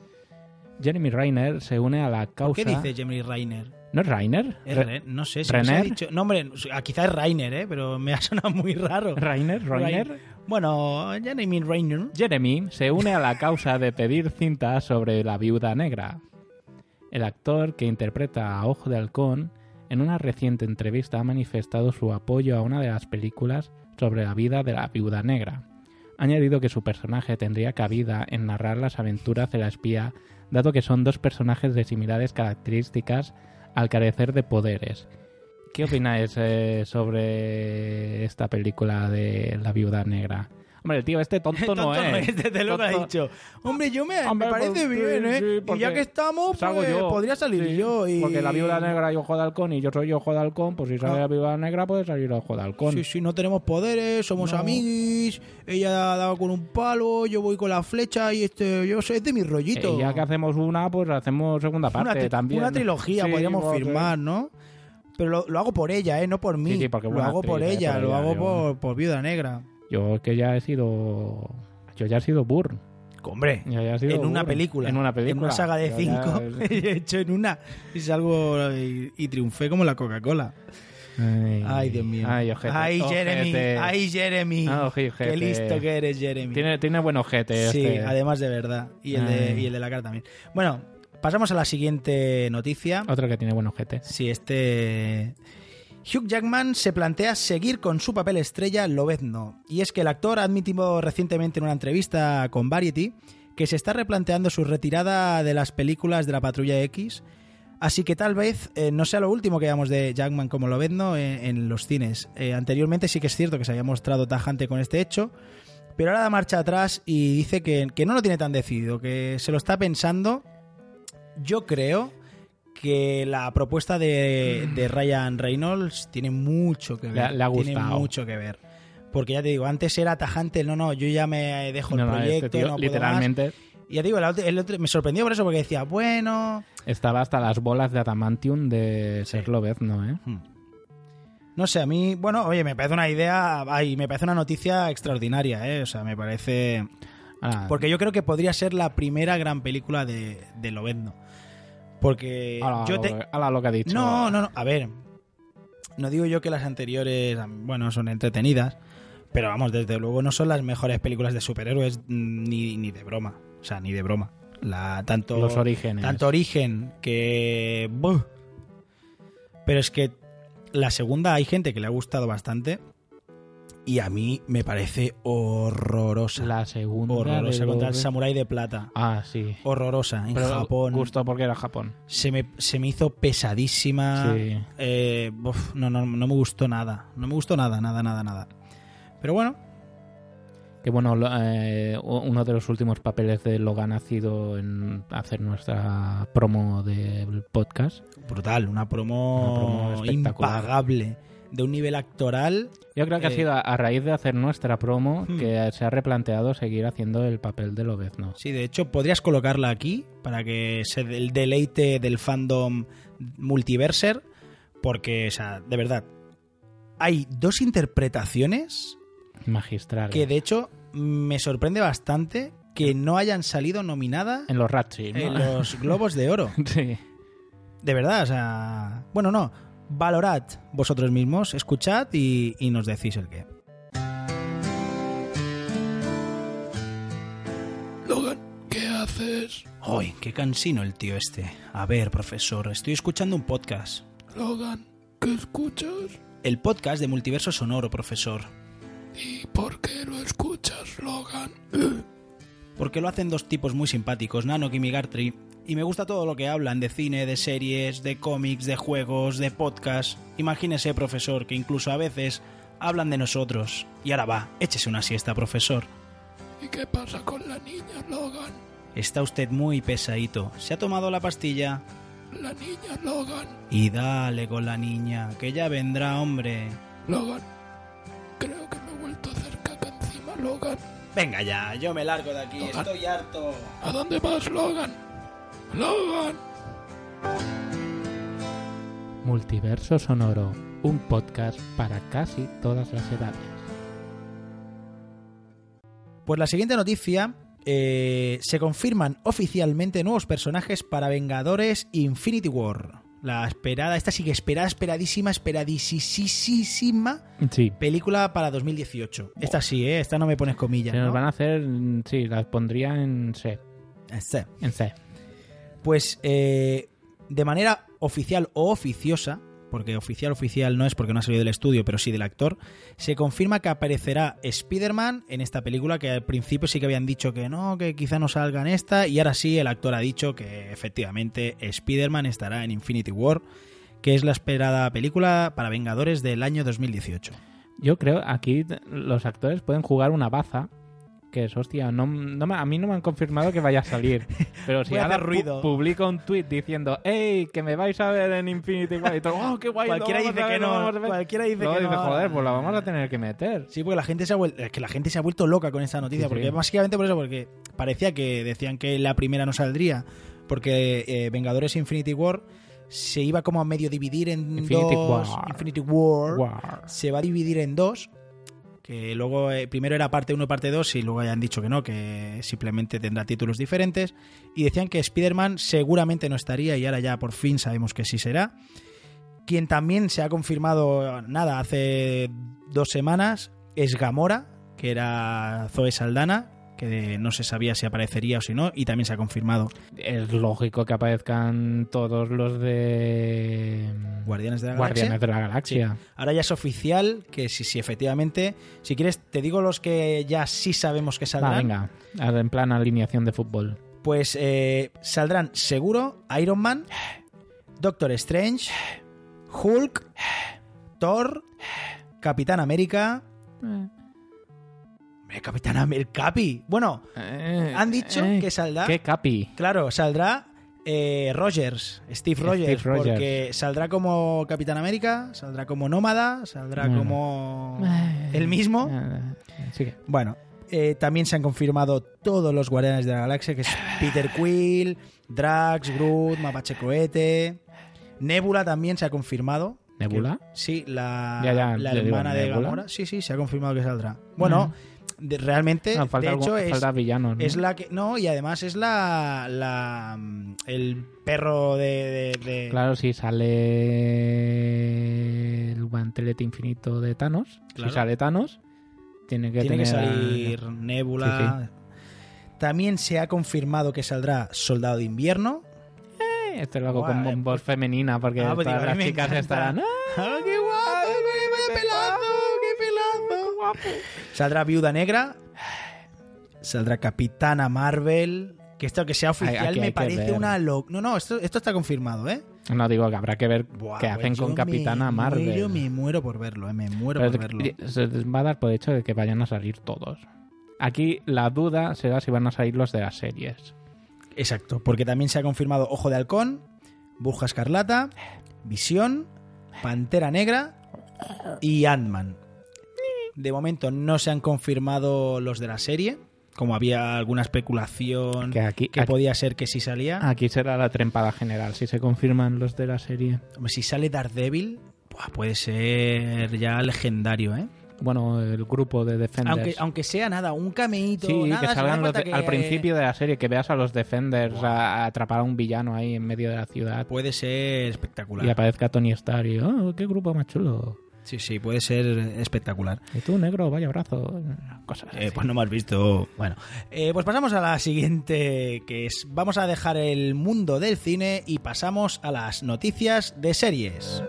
Jeremy Reiner se une a la causa. ¿Qué dice Jeremy Rainer? ¿No es Reiner? Es Re- Re- no sé si se ha ¿Renner? dicho. No, hombre, ah, quizás es Rainer, ¿eh? pero me ha sonado muy raro. Reiner. Reiner. Bueno, Jeremy Rainer. Jeremy se une a la causa de pedir cintas sobre la viuda negra. El actor que interpreta a Ojo de Halcón en una reciente entrevista ha manifestado su apoyo a una de las películas sobre la vida de la viuda negra. Ha añadido que su personaje tendría cabida en narrar las aventuras de la espía, dado que son dos personajes de similares características al carecer de poderes. ¿Qué opináis eh, sobre esta película de la viuda negra? Hombre, el tío este tonto, Tonto no es. desde luego ha Tonto- dicho. Hombre, yo me, Hombre, me parece pues, bien, sí, sí, ¿eh? y ya porque que estamos, Salgo pues, yo. podría salir Sí, yo. Y... Porque la viuda negra y ojo de halcón y yo soy ojo de halcón, pues si sale Ah. la viuda negra puede salir ojo de halcón. Sí, sí, no tenemos poderes, somos No. amiguis. Ella ha dado con un palo, yo voy con la flecha y este, yo sé, es de mi rollito. Eh, Y ya que hacemos una, pues hacemos segunda parte una, tri- también. una trilogía Sí, pues, eh, podríamos porque- firmar, ¿no? Pero lo, lo hago por ella, ¿eh? No por mí. sí, porque lo buena hago por actriz, ¿eh? ella, Por lo ella, hago yo- por, por Viuda Negra. Yo es que ya he sido... Yo ya he sido Burr. Hombre, Yo ya he sido en una Burr. película. En una película. En una saga de Yo cinco. ya- he hecho en una. Y salgo y, y triunfé como la Coca-Cola. Ay, Ay, Dios mío. Ay, ojete. Ay, Jeremy. Ojete. Ay, Jeremy. Ah, ojete. Qué listo que eres, Jeremy. Tiene, tiene buen ojete Sí, este. además de verdad. Y el de, Ay. y el de la cara también. Bueno, pasamos a la siguiente noticia. Otro que tiene buen ojete. Sí, este. Hugh Jackman se plantea seguir con su papel estrella Lobezno. Y es que el actor ha admitido recientemente en una entrevista con Variety que se está replanteando su retirada de las películas de la Patrulla X. Así que tal vez eh, no sea lo último que veamos de Jackman como Lobezno en, en los cines. Eh, anteriormente sí que es cierto que se había mostrado tajante con este hecho, pero ahora da marcha atrás y dice que, que no lo tiene tan decidido, que se lo está pensando. Yo creo que la propuesta de, de Ryan Reynolds tiene mucho que ver. Mm. Le ha- le ha Tiene gustado. mucho que ver. Porque ya te digo, antes era tajante, no, no, yo ya me dejo el No, no, este proyecto, tío no puedo más. literalmente Y ya te digo, la otra- el otro- me sorprendió por eso, porque decía, bueno, estaba hasta las bolas de adamantium de ser Lobezno, ¿eh? Hmm. No sé, a mí, bueno, oye, me parece una idea, ay, me parece una noticia extraordinaria, ¿eh? O sea, me parece... Ahora, Porque yo creo que podría ser la primera gran película de, de Lobezno. Porque ahora yo lo, te... que- ahora lo que ha dicho. No, no, no, a ver, no digo yo que las anteriores, bueno, son entretenidas, pero vamos, desde luego no son las mejores películas de superhéroes mm, ni, ni de broma, o sea, ni de broma. La, tanto Los orígenes. tanto origen que. buh. Pero es que la segunda hay gente que le ha gustado bastante. Y a mí me parece horrorosa. La segunda. horrorosa de contra el Lobezno. samurái de plata. Ah, sí. Horrorosa. En Pero Japón. Justo porque era Japón. Se, me, se me hizo pesadísima. Sí. Eh, buf, no, no, no me gustó nada. No me gustó nada, nada, nada, nada. Pero bueno, Que bueno, lo- eh, uno de los últimos papeles de Logan ha sido en hacer nuestra promo del podcast. brutal. Una promo, Una promo espectacular. impagable. De un nivel actoral. Yo creo que ha Eh. sido a, a raíz de hacer nuestra promo Hmm. que se ha replanteado seguir haciendo el papel de Lobezno. Sí, de hecho, podrías colocarla aquí para que se dé el deleite del fandom multiverser, porque, o sea, de verdad, hay dos interpretaciones Magistral. que, de hecho, me sorprende bastante que no hayan salido nominadas En los Ratchi, ¿no? en los Globos de Oro. sí. De verdad, o sea, bueno, no, valorad vosotros mismos, escuchad y, y nos decís el qué. Logan, ¿qué haces? Ay, qué cansino el tío este. A ver, profesor, estoy escuchando un podcast. Logan, ¿qué escuchas? El podcast de Multiverso Sonoro, profesor. ¿Y por qué lo escuchas, Logan? Porque lo hacen dos tipos muy simpáticos, Nano y Migartri, y me gusta todo lo que hablan de cine, de series, de cómics, de juegos, de podcast. Imagínese, profesor, que incluso a veces hablan de nosotros. Y ahora va, échese una siesta, profesor. ¿Y qué pasa con la niña, Logan? Está usted muy pesadito. ¿Se ha tomado la pastilla? La niña, Logan. Y dale con la niña, que ya vendrá, hombre. Logan, creo que me he vuelto cerca acá encima, Logan. Venga ya, yo me largo de aquí, Logan. estoy harto. ¿A dónde vas, Logan? Logan. Multiverso Sonoro, un podcast para casi todas las edades. Pues la siguiente noticia. eh, se confirman oficialmente nuevos personajes para Vengadores Infinity War. La esperada, esta sí que esperada, esperadísima, esperadísima Sí. película para 2018. Esta sí, ¿eh? Esta no me pones comillas. Se nos ¿no? van a hacer, mm, sí, las pondría en C. Este. En C. Pues eh, de manera oficial o oficiosa, porque oficial oficial no es porque no ha salido del estudio, pero sí del actor, se confirma que aparecerá Spider-Man en esta película, que al principio sí que habían dicho que no, que quizá no salga en esta, y ahora sí el actor ha dicho que efectivamente Spider-Man estará en Infinity War, que es la esperada película para Vengadores del año 2018. Yo creo aquí t- los actores pueden jugar una baza. Que es, hostia, no, no me- a mí no me han confirmado que vaya a salir. Pero si Voy a ahora hacer ruido. pu- publico un tweet diciendo, ¡Ey, que me vais a ver en Infinity War! Y todo, "Oh, qué guay! lo Cualquiera vamos dice a ver, que lo no, vamos a ver". cualquiera dice Luego que no. joder, pues la vamos a tener que meter. Sí, porque la gente se ha vuelto, es que la gente se ha vuelto loca con esta noticia, Sí, porque sí. básicamente por eso, porque parecía que decían que la primera no saldría, porque eh, Vengadores Infinity War se iba como a medio dividir en Infinity dos. War. Infinity War Guau. se va a dividir en dos. Que luego eh, primero era parte 1, parte 2 y luego ya han dicho que no, que simplemente tendrá títulos diferentes. Y decían que Spider-Man seguramente no estaría y ahora ya por fin sabemos que sí será. Quien también se ha confirmado, eh, nada, hace dos semanas es Gamora, que era Zoe Saldana, que no se sabía si aparecería o si no, y también se ha confirmado Es lógico que aparezcan todos los de. Guardianes de la Galaxia. Guardianes de la Galaxia. Ahora ya es oficial que sí, sí, efectivamente. Si quieres, te digo los que ya sí sabemos que Va, saldrán. venga. Ahora En plan alineación de fútbol. Pues eh, saldrán seguro Iron Man, Doctor Strange, Hulk, Thor, Capitán América. Eh. Hombre, Capitán América, el Capi. Bueno, Eh, han dicho eh, que saldrá. ¡Qué capi! Claro, saldrá eh, Rogers, Steve Rogers, Steve Rogers. porque saldrá como Capitán América, saldrá como Nómada, saldrá Bueno. como el mismo. Sigue. Bueno, eh, también se han confirmado todos los Guardianes de la Galaxia, que es Ah. Peter Quill, Drax, Groot, Mapache Cohete. Nebula también se ha confirmado. ¿Nebula? Que- sí, la, Ya, ya, la yo digo, hermana de ¿Nebula? Mm. Gamora. Sí, sí, se ha confirmado que saldrá. Bueno, de- realmente, No, falta Eh, de hecho, algún- es, falta villanos. ¿no? es la que... No, y además es la... la mm, el perro de... de- de- Claro, si sale el guantelete infinito de Thanos, Claro. si sale Thanos, tiene que Tiene que tener a- salir Nebula. También se ha confirmado que saldrá Soldado de Invierno. Eh, Esto lo hago Guau, con eh, con voz femenina, porque Ah, pues todas digo, a mí me las chicas encanta. estarán. "Ah, ¡Ah, qué guapo! ¡Qué pelazo! ¡Qué pelazo! Saldrá Viuda Negra. Saldrá Capitana Marvel. Que esto que sea oficial Hay- aquí hay me que parece ver. una loc... No, no, esto, esto está confirmado, ¿eh? No digo que habrá que ver Buah, qué pues hacen yo con Capitana me Marvel. Muero, me muero por verlo, ¿eh? Me muero Pero por verlo. es que se les va a dar por hecho de que vayan a salir todos. Aquí la duda será si van a salir los de las series. Exacto, porque también se ha confirmado Ojo de Halcón, Burja Escarlata, Visión, Pantera Negra y Ant-Man. De momento no se han confirmado los de la serie, como había alguna especulación Ah, Que Ah. aquí, que aquí, podía ser que si salía. aquí será la trempada general, si se confirman los de la serie. Hombre, Si sale Daredevil, buah, puede ser ya legendario, ¿eh? bueno, el grupo de Defenders. Aunque, aunque sea nada, un cameíto, sí, nada, que se me salgan da los cuenta de- que- al principio de la serie, que veas a los Defenders a, a atrapar a un villano ahí en medio de la ciudad Puede ser y espectacular. aparezca Tony Stark y, oh, qué grupo más chulo. Sí, sí, puede ser espectacular. Y tú, negro, vaya brazo. Cosas Eh, así. pues no me has visto. Bueno, Eh, pues pasamos a la siguiente, que es, vamos a dejar el mundo del cine y pasamos a las noticias de series.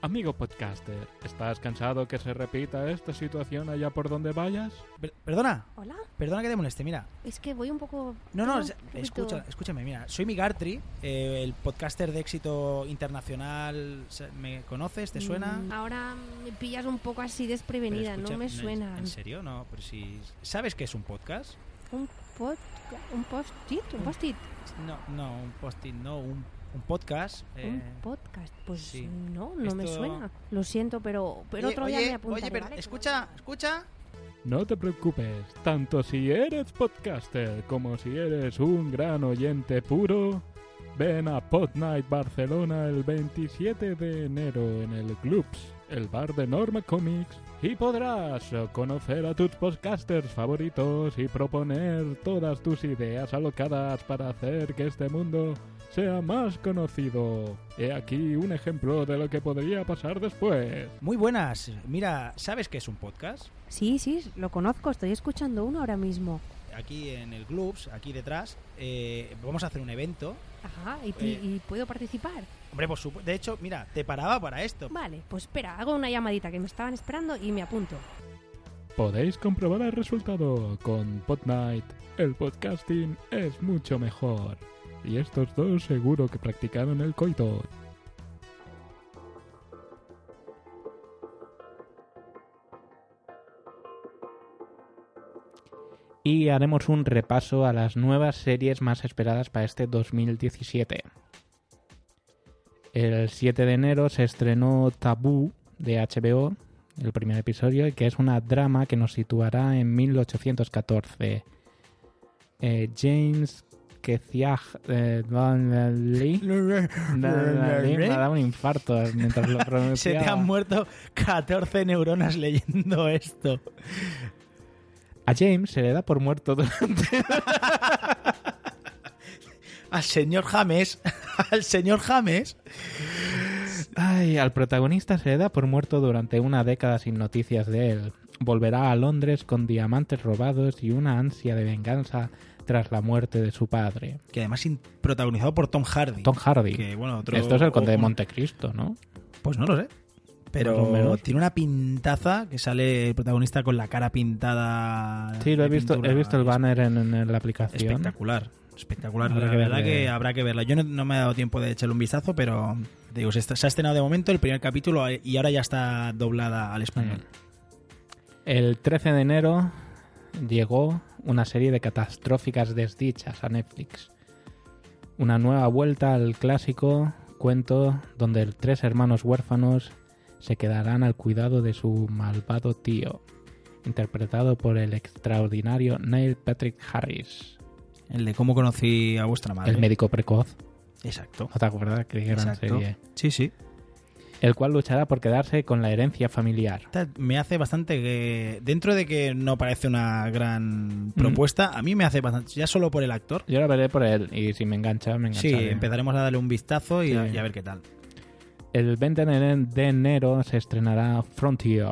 Amigo podcaster, ¿estás cansado que se repita esta situación allá por donde vayas? Per- perdona, Hola, perdona que te moleste, mira. es que voy un poco. No, no, tengo es- un poquito- escucha, escúchame, mira, soy Migartri, eh, el podcaster de éxito internacional. Se- ¿Me conoces? ¿Te suena? Mm, Ahora me pillas un poco así Pero desprevenida, escucha, no me es- suena. ¿En serio? No, pero si. ¿Sabes qué es un podcast? Un pod, un post-it, un post-it, No, no, un posting, no, un, un podcast. eh, un podcast. Pues sí. no, no me Esto- suena. Lo siento, pero, pero Oye, otro día oye, me apuntaré. Oye, pero ¿vale? escucha, escucha. No te preocupes, tanto si eres podcaster como si eres un gran oyente puro, ven a Pod Night Barcelona el 27 de enero en el Clubs, el bar de Norma Comics, y podrás conocer a tus podcasters favoritos y proponer todas tus ideas alocadas para hacer que este mundo sea más conocido. He aquí un ejemplo de lo que podría pasar después. Muy buenas. Mira, ¿sabes qué es un podcast? Sí, sí, lo conozco, estoy escuchando uno ahora mismo. Aquí en el Gloops, aquí detrás, eh, vamos a hacer un evento. Ajá, ¿y, Eh. y puedo participar? Hombre, por supu- de hecho, mira, te paraba para esto. Vale, pues espera, hago una llamadita que me estaban esperando y me apunto. Podéis comprobar el resultado con Podnight. El podcasting es mucho mejor. Y estos dos seguro que practicaron el coito. Y haremos un repaso a las nuevas series más esperadas para este 2017. El 7 de enero se estrenó Tabú de HBO, el primer episodio, que es una drama que nos situará en 1814. Eh, James Keziah eh, Donnelly Donnelly me ha dado un infarto mientras lo pronunciaba. Se te han muerto 14 neuronas leyendo esto. A James se le da por muerto durante... Al señor James, al señor James. Ay, al protagonista se le da por muerto durante una década sin noticias de él. Volverá a Londres con diamantes robados y una ansia de venganza tras la muerte de su padre. Que además in- protagonizado por Tom Hardy. Tom Hardy. Que, bueno, otro- Esto es el conde de un- Montecristo, ¿no? Pues no lo sé. Más o Pero menos. tiene una pintaza que sale el protagonista con la cara pintada. Sí, lo he Ah, de visto, pintura. he visto el banner en, en la aplicación. Espectacular. Espectacular. Habrá la que verdad verle. que habrá que verla. Yo no, no me he dado tiempo de echarle un vistazo, pero te digo, se, está- se ha estrenado de momento el primer capítulo y ahora ya está doblada al español. El 13 de enero llegó una serie de catastróficas desdichas a Netflix. Una nueva vuelta al clásico cuento donde tres hermanos huérfanos se quedarán al cuidado de su malvado tío, interpretado por el extraordinario Neil Patrick Harris, El de cómo conocí a vuestra madre. el médico precoz. Exacto. ¿No te acuerdas? Qué gran Exacto. serie. Sí, sí. El cual luchará por quedarse con la herencia familiar. Esta me hace bastante que. Dentro de que no parece una gran propuesta, a mí me hace bastante. Ya solo por el actor. Yo la veré por él y si me engancha, me engancha. Sí, empezaremos a darle un vistazo y, Sí. a, y a ver qué tal. El 20 de ene- de enero se estrenará Frontier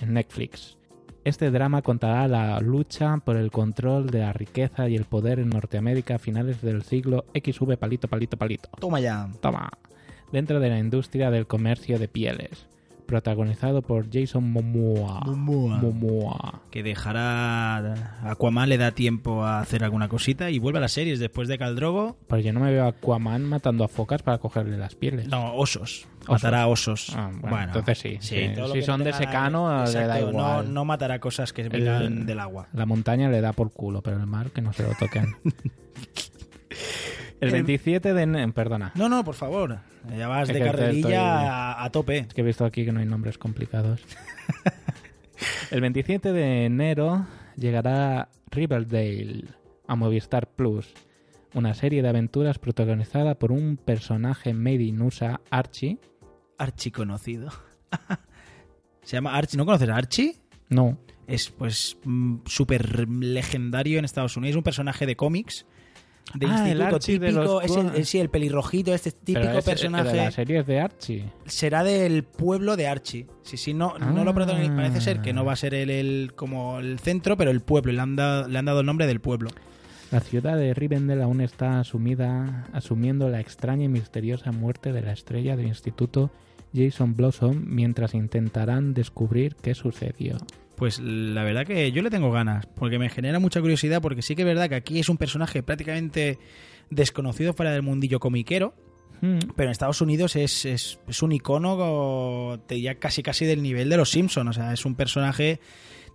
en Netflix. Este drama contará la lucha por el control de la riqueza y el poder en Norteamérica a finales del siglo XV palito palito palito. Toma ya. Toma. Dentro de la industria del comercio de pieles, protagonizado por Jason Momoa. Momoa. Que dejará. Aquaman le da tiempo a hacer alguna cosita y vuelve a las series después de Caldrogo. Pero Pues yo no me veo a Aquaman matando a focas para cogerle las pieles. No, osos. Matará a osos. Ah, bueno, entonces sí, sí. todo lo Si que son no de tenga- secano, le da Exacto, no- igual. No, matará cosas que vengan del agua. La montaña le da por culo, pero el mar que no se lo toquen. El El- 27 de enero, perdona, No, no, por favor. Ya vas Es de que te carrerilla estoy- a, a tope. es que he visto aquí que no hay nombres complicados. El 27 de enero llegará Riverdale, a Movistar Plus, una serie de aventuras protagonizada por un personaje made in USA, Archie. Archie conocido. Se llama Archie. ¿No conoces a Archie? No, Es pues mm, súper legendario en Estados Unidos. Es un personaje de cómics. De Ah, el instituto Archie de típico. los es el, eh, cómics. sí, el pelirrojito, este típico pero es- personaje. de la serie es de Archie. será del pueblo de Archie. Si sí, no, no lo Ah. protagoniza. Parece ser que no va a ser el, el- como el centro, pero el pueblo. Le han, dado, le han dado el nombre del pueblo. La ciudad de Rivendell aún está asumida, asumiendo la extraña y misteriosa muerte de la estrella del instituto Jason Blossom mientras intentarán descubrir qué sucedió. Pues la verdad que yo le tengo ganas, porque me genera mucha curiosidad, porque sí que es verdad que aquí es un personaje prácticamente desconocido fuera del mundillo comiquero, Hmm, pero en Estados Unidos es, es, es un icono, o te diría casi casi del nivel de los Simpsons, o sea, es un personaje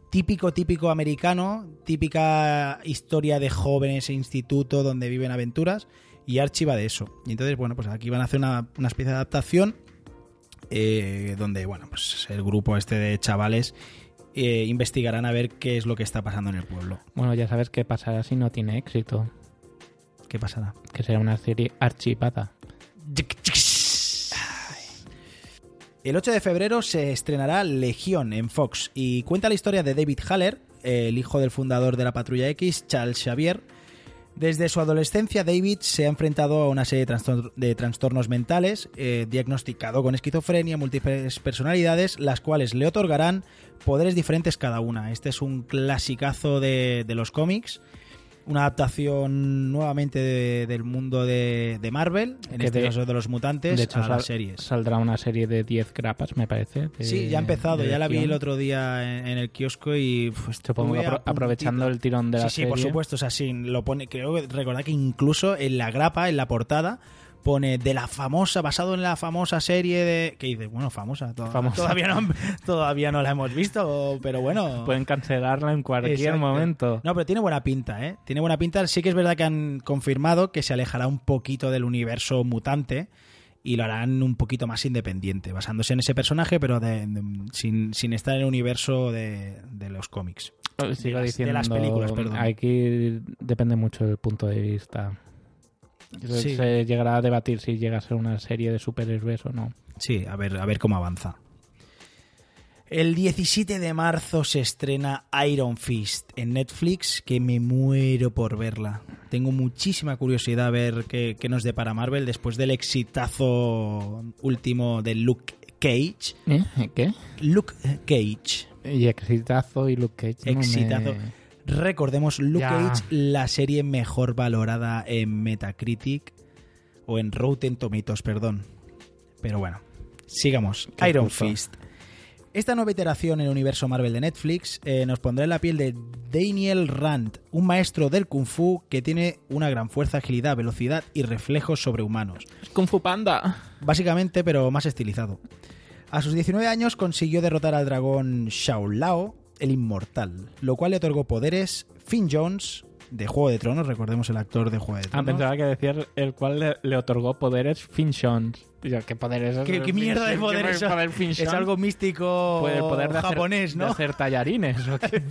típico, típico americano, típica historia de jóvenes e instituto donde viven aventuras, y Archie va de eso. Y entonces, bueno, pues aquí van a hacer una, una especie de adaptación eh, donde, bueno, pues el grupo este de chavales eh, investigarán a ver qué es lo que está pasando en el pueblo. Bueno, ya sabes qué pasará si no tiene éxito, ¿Qué pasará? que será una serie archivada. El 8 de febrero se estrenará Legión en Fox y cuenta la historia de David Haller, el hijo del fundador de la Patrulla X, Charles Xavier. Desde su adolescencia, David se ha enfrentado a una serie de, trastor- de trastornos mentales, eh, diagnosticado con esquizofrenia, múltiples personalidades, las cuales le otorgarán poderes diferentes cada una. Este es un clasicazo de, de los cómics, una adaptación nuevamente de- del mundo de, de Marvel, en Que este de- caso de los mutantes, de hecho, a sal- las series. Saldrá una serie de 10 grapas, me parece. de- Sí, ya ha empezado, de ya la vi el guión. otro día en, en el kiosco y pues, Supongo que estuve apro- a puntito. aprovechando el tirón de la Sí, sí, por serie. supuesto, o sea, sí, lo pone, creo que recordad que incluso en la grapa, en la portada, pone de la famosa, basado en la famosa serie de... que dice? Bueno, famosa, to- Famosa. Todavía, no, todavía no la hemos visto, pero bueno... Pueden cancelarla en cualquier Exacto. momento. No, pero tiene buena pinta, ¿eh? Tiene buena pinta. Sí que es verdad que han confirmado que se alejará un poquito del universo mutante y lo harán un poquito más independiente, basándose en ese personaje, pero de- de- sin, sin estar en el universo de, de los cómics. Sigo las- de diciendo, las películas, perdón. Aquí depende mucho del punto de vista. Se- Sí. Se llegará a debatir si llega a ser una serie de superhéroes o no. Sí, a ver, a ver cómo avanza. El 17 de marzo se estrena Iron Fist en Netflix, que me muero por verla. Tengo muchísima curiosidad a ver qué, qué nos depara Marvel después del exitazo último de Luke Cage. ¿Eh? ¿Qué? Luke Cage. Y Exitazo y Luke Cage. no me- Exitazo. Recordemos Luke Ya. Cage, la serie mejor valorada en Metacritic o en Rotten Tomatoes, perdón. Pero bueno, sigamos. Qué Iron puto. Fist. Esta nueva iteración en el universo Marvel de Netflix eh, nos pondrá en la piel de Daniel Rand, un maestro del kung fu que tiene una gran fuerza, agilidad, velocidad y reflejos sobrehumanos Kung Fu Panda. básicamente, pero más estilizado. A sus 19 años consiguió derrotar al dragón Shao Lao, el inmortal, lo cual le otorgó poderes Finn Jones de Juego de Tronos, recordemos el actor de Juego de Ah, Tronos. pensaba que decía el cual le, le otorgó poderes Finchons. Y yo, ¿Qué poderes es ¿Qué- el qué mierda de Finchon? poder ¿Qué eso? poder Finchon? es algo místico Puede- Pues el poder de hacer- japonés, de ¿no? hacer tallarines. ¿o qué?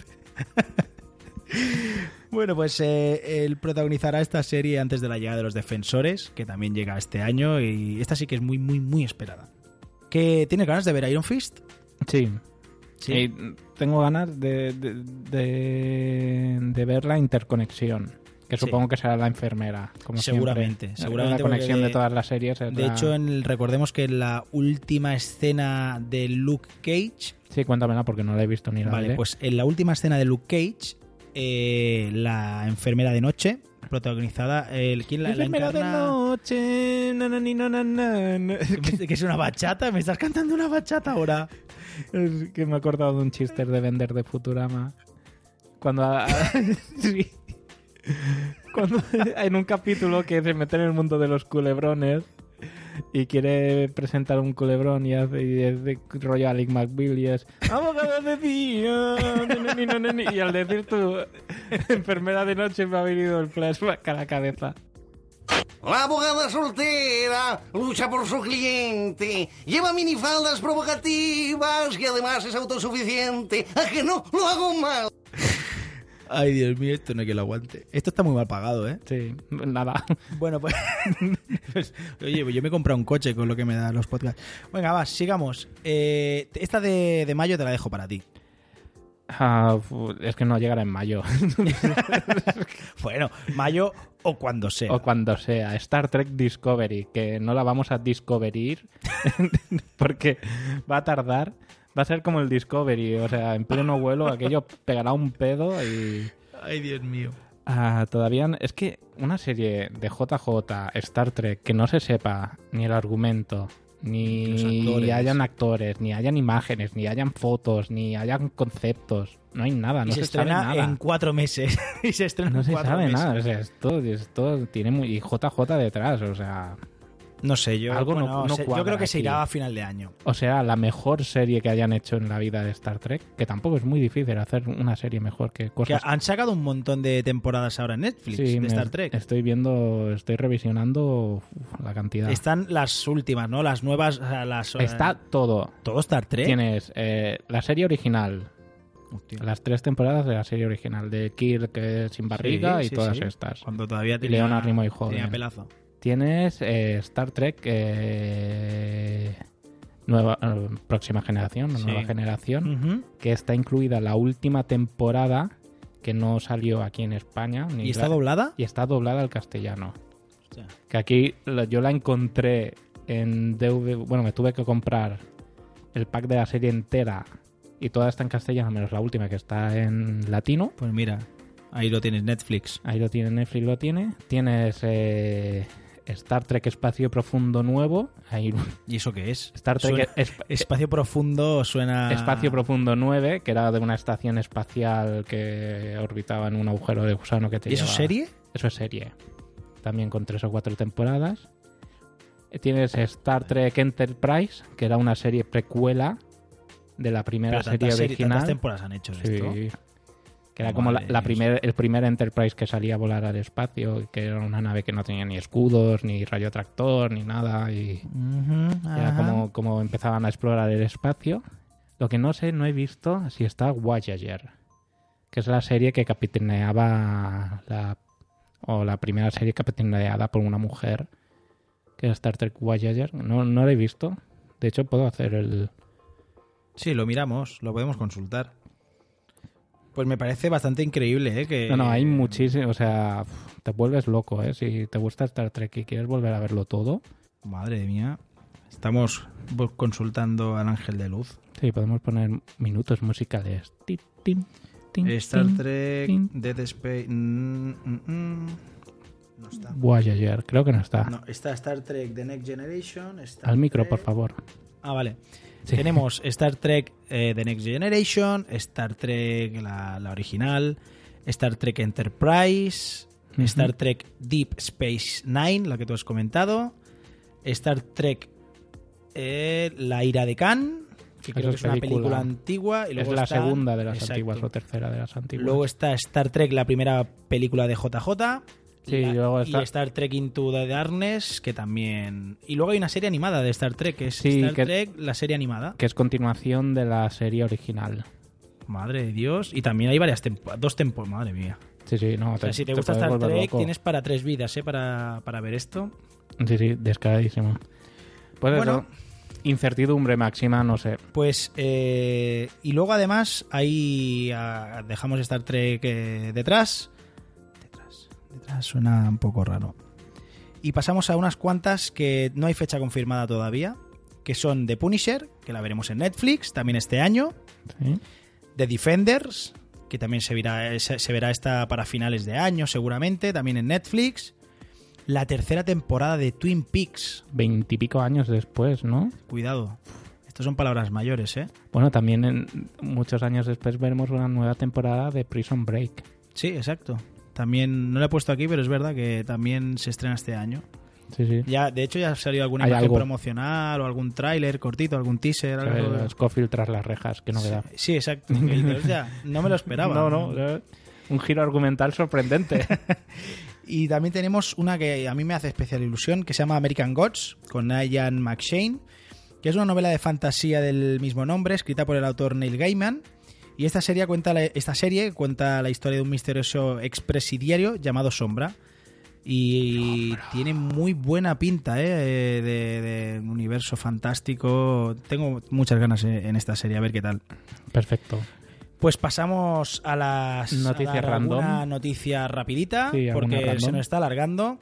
Bueno, pues eh, él protagonizará esta serie antes de la llegada de los Defensores, que también llega este año, y esta sí que es muy, muy, muy esperada. ¿Que tienes ganas de ver Iron Fist? Sí. Y tengo ganas de, de, de- de ver la interconexión. Que Sí. supongo que será la enfermera. Como Seguramente, siempre. seguramente, La conexión porque de, de- todas las series. es De la- hecho, en el- recordemos que en la última escena de Luke Cage, Sí, cuéntamela porque no la he visto ni la Vale, veré. pues en la última escena de Luke Cage, eh, la enfermera de noche, protagonizada, el, ¿quién la, la Enfermera de encarna? noche. na, na, ni, na, na, na, na. ¿Que me- que es una bachata? ¿Me estás cantando una bachata ahora? Es que me he acordado de un chiste de vender de Futurama. Cuando. a- a- sí. Cuando en un capítulo que se mete en el mundo de los culebrones y quiere presentar un culebrón y hace y es de rollo Alec McBeal y es abogado de día ni, ni, ni, ni, ni". y al decir tu enfermera de noche me ha venido el flashback a la cabeza La abogada soltera lucha por su cliente, lleva minifaldas provocativas y además es autosuficiente. ¡A que no lo hago mal! Ay, Dios mío, esto no hay que lo aguante. Esto está muy mal pagado, ¿eh? Sí, nada. Bueno, pues. Oye, pues yo me he comprado un coche con lo que me dan los podcasts. Venga, va, sigamos. Eh, esta de, de mayo te la dejo para ti. Ah, fu- es que no llegará en mayo. Bueno, mayo o cuando sea. o cuando sea. Star Trek Discovery, que no la vamos a discoverir porque va a tardar. Va a ser como el Discovery, o sea, en pleno vuelo aquello pegará un pedo y... Ay, Dios mío. Ah, todavía... n- Es que una serie de JJ, Star Trek, que no se sepa ni el argumento, Los ni actores. hayan actores, ni hayan imágenes, ni hayan fotos, ni hayan conceptos. No hay nada, Y no se, se, sabe estrena nada. en cuatro meses. y se estrena No en se cuatro sabe meses. nada, o sea, esto, esto tiene muy... Y JJ detrás, o sea... No sé, yo. Algo no- bueno, no sé- yo cuadra creo que se aquí. irá a final de año. O sea, la mejor serie que hayan hecho en la vida de Star Trek, que tampoco es muy difícil hacer una serie mejor que Que cosas. han sacado un montón de temporadas ahora en Netflix Pues Sí, de me- Star Trek. Estoy viendo, estoy revisionando uf, la cantidad. Está, Están las últimas, ¿no? Las nuevas. o sea, las, eh, todo. Todo Star Trek. Tienes eh, la serie original, Hostia. las tres temporadas de la serie original, de Kirk eh, sin barriga Sí, y sí, todas sí. estas. Cuando todavía tenía, Leona Nimoy joven. tenía pelazo. Tienes eh, Star Trek eh, nueva, eh, próxima generación, o Sí. nueva generación. Ujú. que está incluida la última temporada que no salió aquí en España ni ¿Y está la- doblada? y está doblada al castellano. Hostia. Que aquí la- yo la encontré en DVD, bueno, me tuve que comprar el pack de la serie entera y toda está en castellano menos la última que está en latino. Pues mira, ahí lo tienes, Netflix. Ahí lo tiene Netflix, lo tiene. Tienes eh, Star Trek Espacio Profundo Nuevo. Ahí, ¿Y eso qué es? Star Trek Suena- Esp- Espacio Profundo suena. Espacio Profundo 9, que era de una estación espacial que orbitaba en un agujero de gusano que te ¿Y eso es lleva- serie? Eso es serie. También con tres o cuatro temporadas. Eh, Tienes Star Trek Enterprise, que era una serie precuela de la primera Pero serie tantas series, tantas original. temporadas han hecho de Sí. esto. Que era como la, Madre la mía. primer- el primer Enterprise que salía a volar al espacio, y que era una nave que no tenía ni escudos, ni rayo tractor, ni nada. Y, Ujú, era ajá. como, como empezaban a explorar el espacio. Lo que no sé, no he visto si está Voyager, que es la serie que capitaneaba la, o la primera serie capitaneada por una mujer, que es Star Trek Voyager. No, no la he visto. De hecho, puedo hacer el... Sí, lo miramos, lo podemos consultar. Pues me parece bastante increíble, ¿eh? Que... No, no, hay muchísimo... O sea, uf, te vuelves loco, ¿eh? Si te gusta Star Trek y quieres volver a verlo todo, Madre mía. Estamos bu- consultando al ángel de luz. sí, podemos poner minutos musicales. Tin, tin, tin, Star tin, Trek, tin. Dead Space. mm, mm, mm. No está. Voyager, creo que no está. No, está Star Trek The Next Generation. Star Al micro, Trek- por favor. Ah, vale. Sí. Tenemos Star Trek eh, The Next Generation, Star Trek la, la original, Star Trek Enterprise, Ujú. Star Trek Deep Space Nine, la que tú has comentado, Star Trek eh, La ira de Khan, que creo Eso que es es una película. película antigua. Y Es luego la están- segunda de las Exacto. antiguas o tercera de las antiguas. Luego está Star Trek, la primera película de JJ. Sí, La- y luego está- y Star Trek Into the Darkness, que también... Y luego hay una serie animada de Star Trek, que es Sí, Star que- Trek, la serie animada. que es continuación de la serie original. Madre de Dios. Y también hay varias tempo- dos temporadas. Madre mía. Sí, sí, no. O sea, te- si te, te gusta puedes Star volver Trek, loco. tienes para tres vidas, ¿eh? Para, para ver esto. Sí, sí, descaradísimo. Pues Bueno. eso, incertidumbre máxima, no sé. Pues. eh, y luego, además, ahí ah, dejamos Star Trek eh, detrás. Detrás. Detrás suena un poco raro. Y pasamos a unas cuantas que no hay fecha confirmada todavía. Que son The Punisher, que la veremos en Netflix también este año. ¿sí? The Defenders, que también se verá, se, se verá esta para finales de año, seguramente, también en Netflix. La tercera temporada de Twin Peaks. Veintipico años después, ¿no? Cuidado. Estas son palabras mayores, ¿eh? Bueno, también en muchos años después veremos una nueva temporada de Prison Break. Sí, exacto. También, no la he puesto aquí, pero es verdad que también se estrena este año. Sí, sí. Ya, de hecho, ya ha salido alguna Hay imagen algo. promocional o algún tráiler cortito, algún teaser, algo. ¿Sabes? Scofield tras las rejas, qué novedad. Sí, exacto. Y dices, "Hostia, no me lo esperaba. No, no, eh, un giro argumental sorprendente. Y también tenemos una que a mí me hace especial ilusión, que se llama American Gods, con Ian McShane, que es una novela de fantasía del mismo nombre, escrita por el autor Neil Gaiman, Y esta serie cuenta la, esta serie cuenta la historia de un misterioso expresidiario llamado Sombra. Y tiene muy buena pinta ¿eh? Eh, de, de un universo fantástico. Tengo muchas ganas eh, en esta serie, a ver qué tal. Perfecto. Pues pasamos a las Noticia a dar random. alguna noticia rapidita, Sí, alguna porque random. se nos está alargando.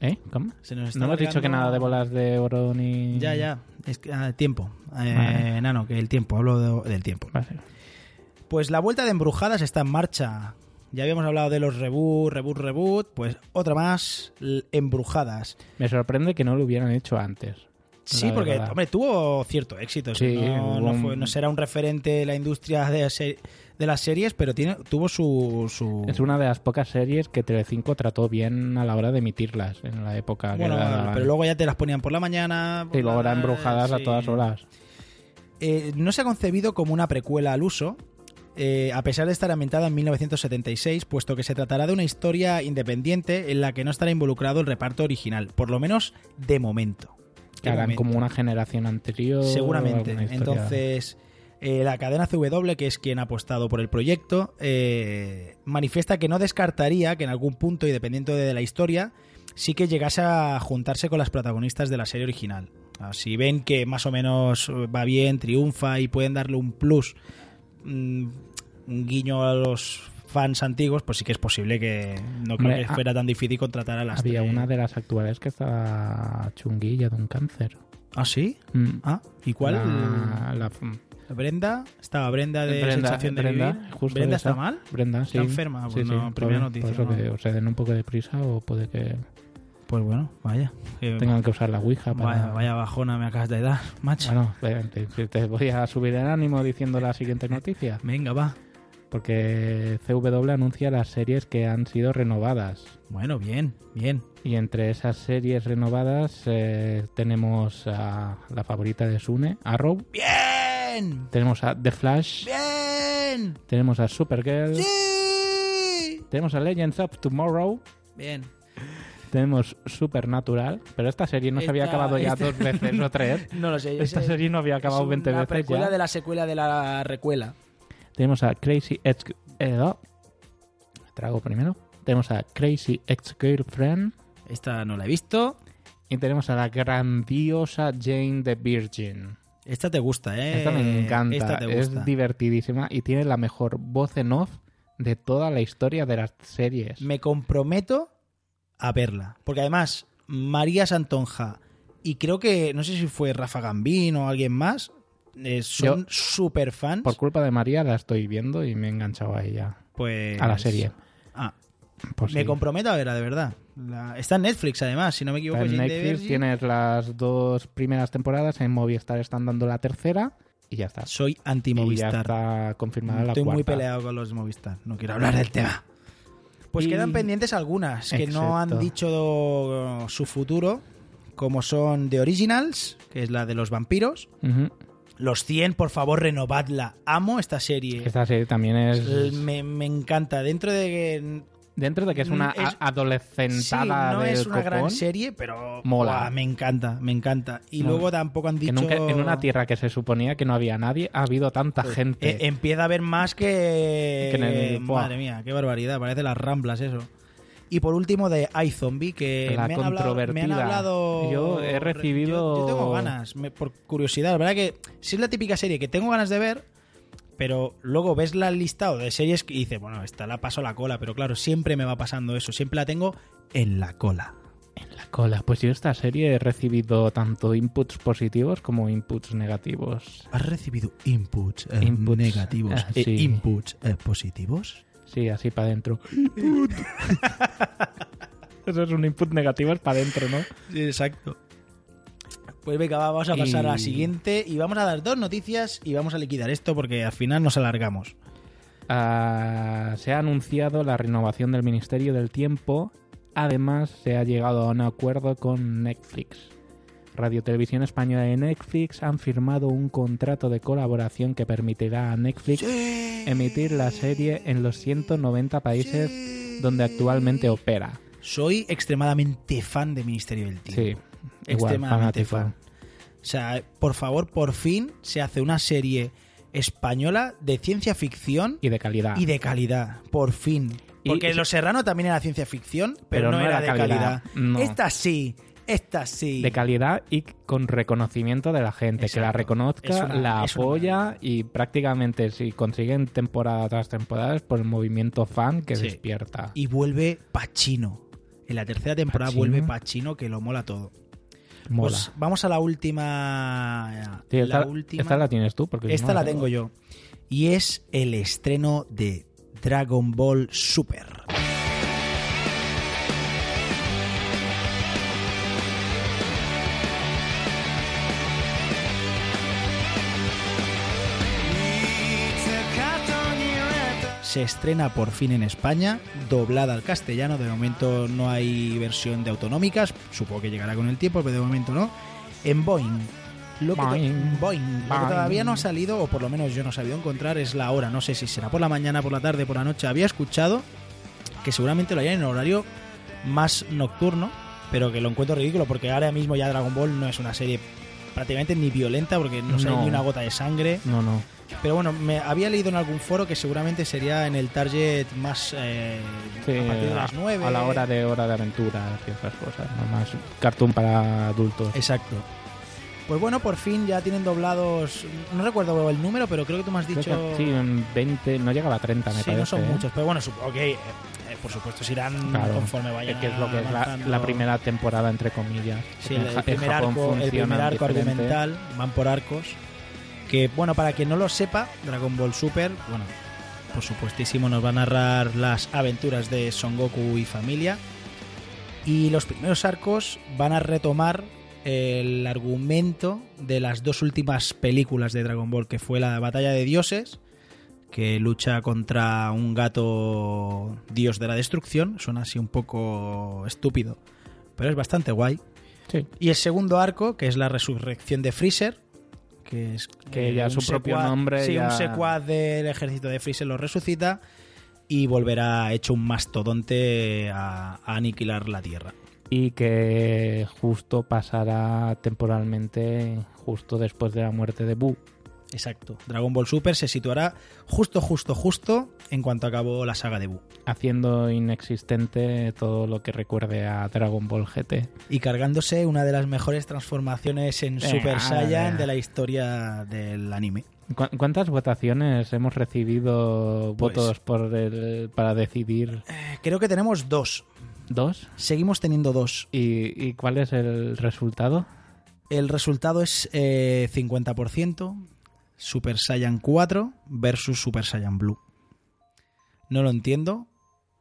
¿Eh? ¿Cómo? Se nos está No hemos dicho alargando. que nada de bolas de oro ni... Ya, ya. Es que, ah, tiempo. Eh, Vale. Nano, que el tiempo. Hablo de- del tiempo. Vale. Pues la vuelta de Embrujadas está en marcha. Ya habíamos hablado de los reboot, reboot, reboot. Pues otra más, l- Embrujadas. Me sorprende que no lo hubieran hecho antes. Sí, La porque, verdad. hombre, tuvo cierto éxito. Sí, no, hubo no fue- un- no será un referente en la industria de, se- de las series, pero tiene, tuvo su... su- Es una de las pocas series que Telecinco trató bien a la hora de emitirlas en la época. que Bueno, la- pero luego ya te las ponían por la mañana. por Y luego la eran tarde, embrujadas a sí. todas horas. Eh, no se ha concebido como una precuela al uso, eh, a pesar de estar ambientada en 1976, puesto que se tratará de una historia independiente en la que no estará involucrado el reparto original, por lo menos de momento. Que De harán momento. como una generación anterior. Seguramente. alguna historia. Entonces, eh, la cadena CW, que es quien ha apostado por el proyecto, eh, manifiesta que no descartaría que en algún punto, y dependiendo de la historia, sí que llegase a juntarse con las protagonistas de la serie original. Ah, Si ven que más o menos eh, va bien, triunfa y pueden darle un plus, mm, un guiño a los fans antiguos, pues sí que es posible que no creo Hombre, que ah, fuera tan difícil contratar a las Había tres. una de las actuales que estaba chunguilla de un cáncer. ¿Ah, sí? Mm. Ah, ¿y cuál? La, la- Brenda, estaba Brenda de Brenda, sensación de Brenda, vivir. justo Brenda esa. está mal. Brenda, sí. enferma? Pues no, por- primera noticia, Por eso no. que o se den un poco de prisa o puede que Pues bueno, vaya. Eh, tengan que usar la Ouija para... vaya, vaya bajona me acabas de dar, macho. Bueno, espérate, si te voy a subir el ánimo diciendo la siguiente noticia. Venga, va. Porque CW anuncia las series que han sido renovadas. Bueno, bien, bien. Y entre esas series renovadas eh, tenemos a la favorita de Sune, Arrow. ¡Bien! Tenemos a The Flash. ¡Bien! Tenemos a Supergirl. ¡Sí! Tenemos a Legends of Tomorrow. Bien. Tenemos Supernatural. Pero esta serie no se había Esta- este- acabado ya esta- dos veces o tres. No lo sé. Esta serie no había acabado 20 La veces precuela ya. de la secuela de la recuela. Tenemos a Crazy Ex... eh, oh. Trago primero. Tenemos a Crazy Ex Girlfriend. Esta no la he visto. Y tenemos a la grandiosa Jane the Virgin. Esta te gusta, ¿eh? Esta me encanta. Esta te gusta. Es divertidísima y tiene la mejor voz en off de toda la historia de las series. me comprometo a verla. Porque además, María Santonja y creo que, no sé si fue Rafa Gambín o alguien más, eh, son super fans. Por culpa de María la estoy viendo y me he enganchado a ella. pues, A la serie. Ah, Por me si- comprometo a verla, de verdad. La- está en Netflix, además, si no me equivoco. Está en Jane the Netflix Virgin. tienes las dos primeras temporadas, en Movistar están dando la tercera y ya está. Soy Y ya anti-Movistar. está confirmada la Estoy muy cuarta. peleado con los de Movistar. No quiero hablar del tema. Pues Y- quedan pendientes algunas que no han Exacto. dicho su futuro, como son The Originals, que es la de los vampiros. Ujú. Los 100, por favor, renovadla. Amo esta serie. Esta serie también es... Me, me encanta. Dentro de que Dentro de que es una Mm, es- a- adolescentada sí, no del es una gran copón, serie, pero Mola. guau, me encanta, me encanta. Y Mola. luego tampoco han que dicho nunca- en una tierra que se suponía que no había nadie, ha habido tanta gente. Eh, empieza a haber más que, eh, Que en el- buah. madre mía, qué barbaridad, parece las Ramblas eso. Y por último de iZombie que La me han, hablado, me han controvertida. hablado- Yo he recibido- Yo, yo tengo ganas, me- por curiosidad, la verdad que sí es la típica serie que tengo ganas de ver, pero luego ves la listado de series y dices, bueno, esta la paso a la cola, pero claro, siempre me va pasando eso, siempre la tengo en la cola. En la cola. Pues yo esta serie he recibido tanto inputs positivos como inputs negativos. ¿Has recibido inputs, eh, Inputs, negativos ah, e sí. inputs eh, positivos? Sí, así para adentro. Eso es un input negativo, es para adentro, ¿no? Exacto. Pues venga, va, vamos a pasar Y- a la siguiente y vamos a dar dos noticias y vamos a liquidar esto porque al final nos alargamos. Ah, se ha anunciado la renovación del Ministerio del Tiempo. Además, se ha llegado a un acuerdo con Netflix. Radio Televisión Española y Netflix han firmado un contrato de colaboración que permitirá a Netflix emitir la serie en los 190 países donde actualmente opera. Soy extremadamente fan de Ministerio del Tiempo. Sí, igual, extremadamente fanático. fan. O sea, por favor, por fin se hace una serie española de ciencia ficción Y de calidad. y de calidad, por fin. Y- Porque y- Los Serrano también era ciencia ficción, pero, no, era, de calidad. no. Esta sí, esta sí. De calidad y con reconocimiento de la gente, que la Exacto. Es reconozca, una- la es una apoya y prácticamente si consiguen temporada tras temporada es por el movimiento fan que Sí. despierta. Y vuelve Pachino. En la tercera temporada Pacino. vuelve Pachino, que lo mola todo. Mola. Pues vamos a la última. Sí, esta, la última. esta la tienes tú porque yo Esta no la tengo yo. Y es el estreno de Dragon Ball Super. Se estrena por fin en España, doblada al castellano. De momento no hay versión de autonómicas. Supongo que llegará con el tiempo, pero de momento no. En Boeing. Lo que to- Boeing. Boing. Lo Boing. que todavía no ha salido, o por lo menos yo no he sabido encontrar, es la hora. No sé si será por la mañana, por la tarde, por la noche. Había escuchado que seguramente lo harían en horario más nocturno, pero que lo encuentro ridículo porque ahora mismo ya Dragon Ball no es una serie prácticamente ni violenta porque no, sale No. ni una gota de sangre. No, no. Pero bueno, me había leído en algún foro que seguramente sería en el target más eh, Sí, a partir de las 9. a la hora de hora de aventura y esas cosas. No más cartoon para adultos. Exacto. Pues bueno, por fin ya tienen doblados. No recuerdo el número, pero creo que tú me has Creo dicho. que sí, en 20, no llegaba a 30, me Sí, parece. no son ¿eh? muchos, pero bueno, supongo que eh, eh, por supuesto se irán Claro. conforme vayan. que es lo que es la, avanzando. la primera temporada, entre comillas. Sí, En el, el Ja- en primer arco, Japón el funcionan primer arco diferente. argumental, van por arcos. Que bueno, para quien no lo sepa, Dragon Ball Super, bueno, por supuestísimo nos va a narrar las aventuras de Son Goku y familia. Y los primeros arcos van a retomar el argumento de las dos últimas películas de Dragon Ball, que fue la batalla de dioses, que lucha contra un gato dios de la destrucción. Suena así un poco estúpido, pero es bastante guay. Sí, Y el segundo arco, que es la resurrección de Freezer, que es Que eh, ya un su propio nombre Sí, ya- un secuaz del ejército de Freezer lo resucita y volverá hecho un mastodonte a, a aniquilar la Tierra. Y que justo pasará temporalmente, justo después de la muerte de Buu. Exacto. Dragon Ball Super se situará justo, justo, justo en cuanto acabó la saga de Buu. Haciendo inexistente todo lo que recuerde a Dragon Ball GT. Y cargándose una de las mejores transformaciones en Venga, Super Saiyan venga. de la historia del anime. ¿Cu- ¿Cuántas votaciones hemos recibido Pues- votos por el, para decidir Eh, Creo que tenemos dos. dos? Seguimos teniendo dos. ¿Y, y cuál es el resultado? El resultado es eh, 50% Super Saiyan 4 versus Super Saiyan Blue. No lo entiendo,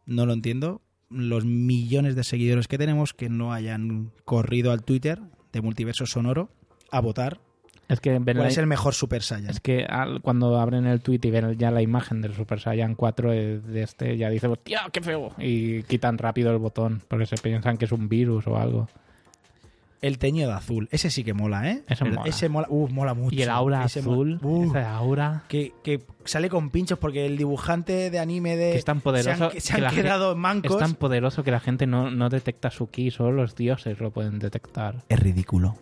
no lo entiendo. Los millones de seguidores que tenemos que no hayan corrido al Twitter de Multiverso Sonoro a votar Es que ven cuál la- es el mejor Super Saiyan. Es que al- cuando abren el tweet y ven ya la imagen del Super Saiyan 4 de, de este, ya dicen, ¡hostia, qué feo! Y quitan rápido el botón porque se piensan que es un virus o algo. El teñido de azul, ese sí que mola, ¿eh? Ese mola. Ese mola, uh, mola mucho. Y el aura Ese azul, mola- Uh, ese aura. que, que sale con pinchos porque el dibujante de anime de... Que es tan Se poderoso han, Eh, se que han la gente- quedado mancos. Es tan poderoso que la gente no, no detecta su ki, solo los dioses lo pueden detectar. es ridículo.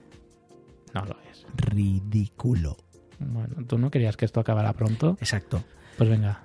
No lo es. ridículo. Bueno, ¿tú no querías que esto acabara pronto? Exacto. Pues venga.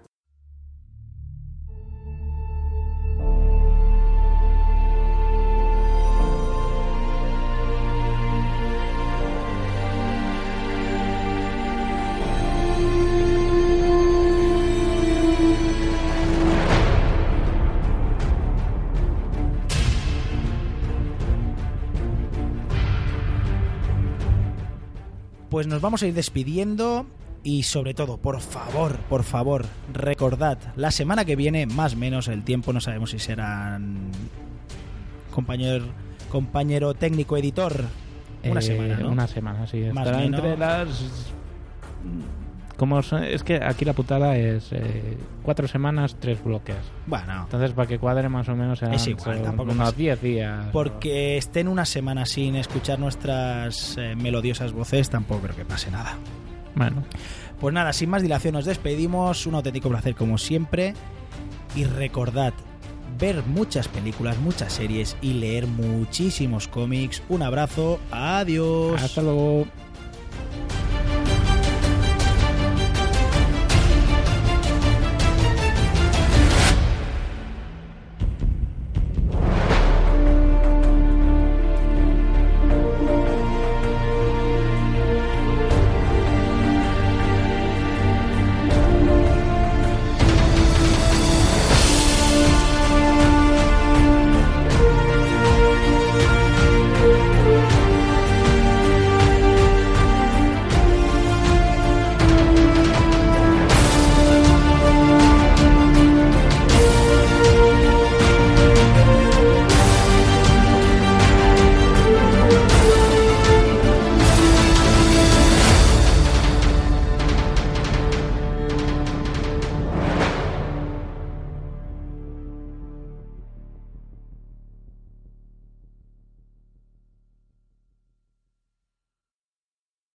Pues nos vamos a ir despidiendo y sobre todo, por favor, por favor, recordad, la semana que viene, más o menos el tiempo, no sabemos si serán compañero, compañero técnico editor. Una Eh, semana, ¿no? Una semana, sí. Más Estará o menos. entre las... Como son- es que aquí la putada es eh, cuatro semanas, tres bloques. Bueno, Entonces, para que cuadre más o menos serán Es igual, son tampoco pasa. unos 10 días. porque estén una semana sin escuchar nuestras eh, melodiosas voces, tampoco creo que pase nada. Bueno, Pues nada, sin más dilación nos despedimos, un auténtico placer como siempre y recordad ver muchas películas, muchas series y leer muchísimos cómics. Un abrazo, adiós. hasta luego.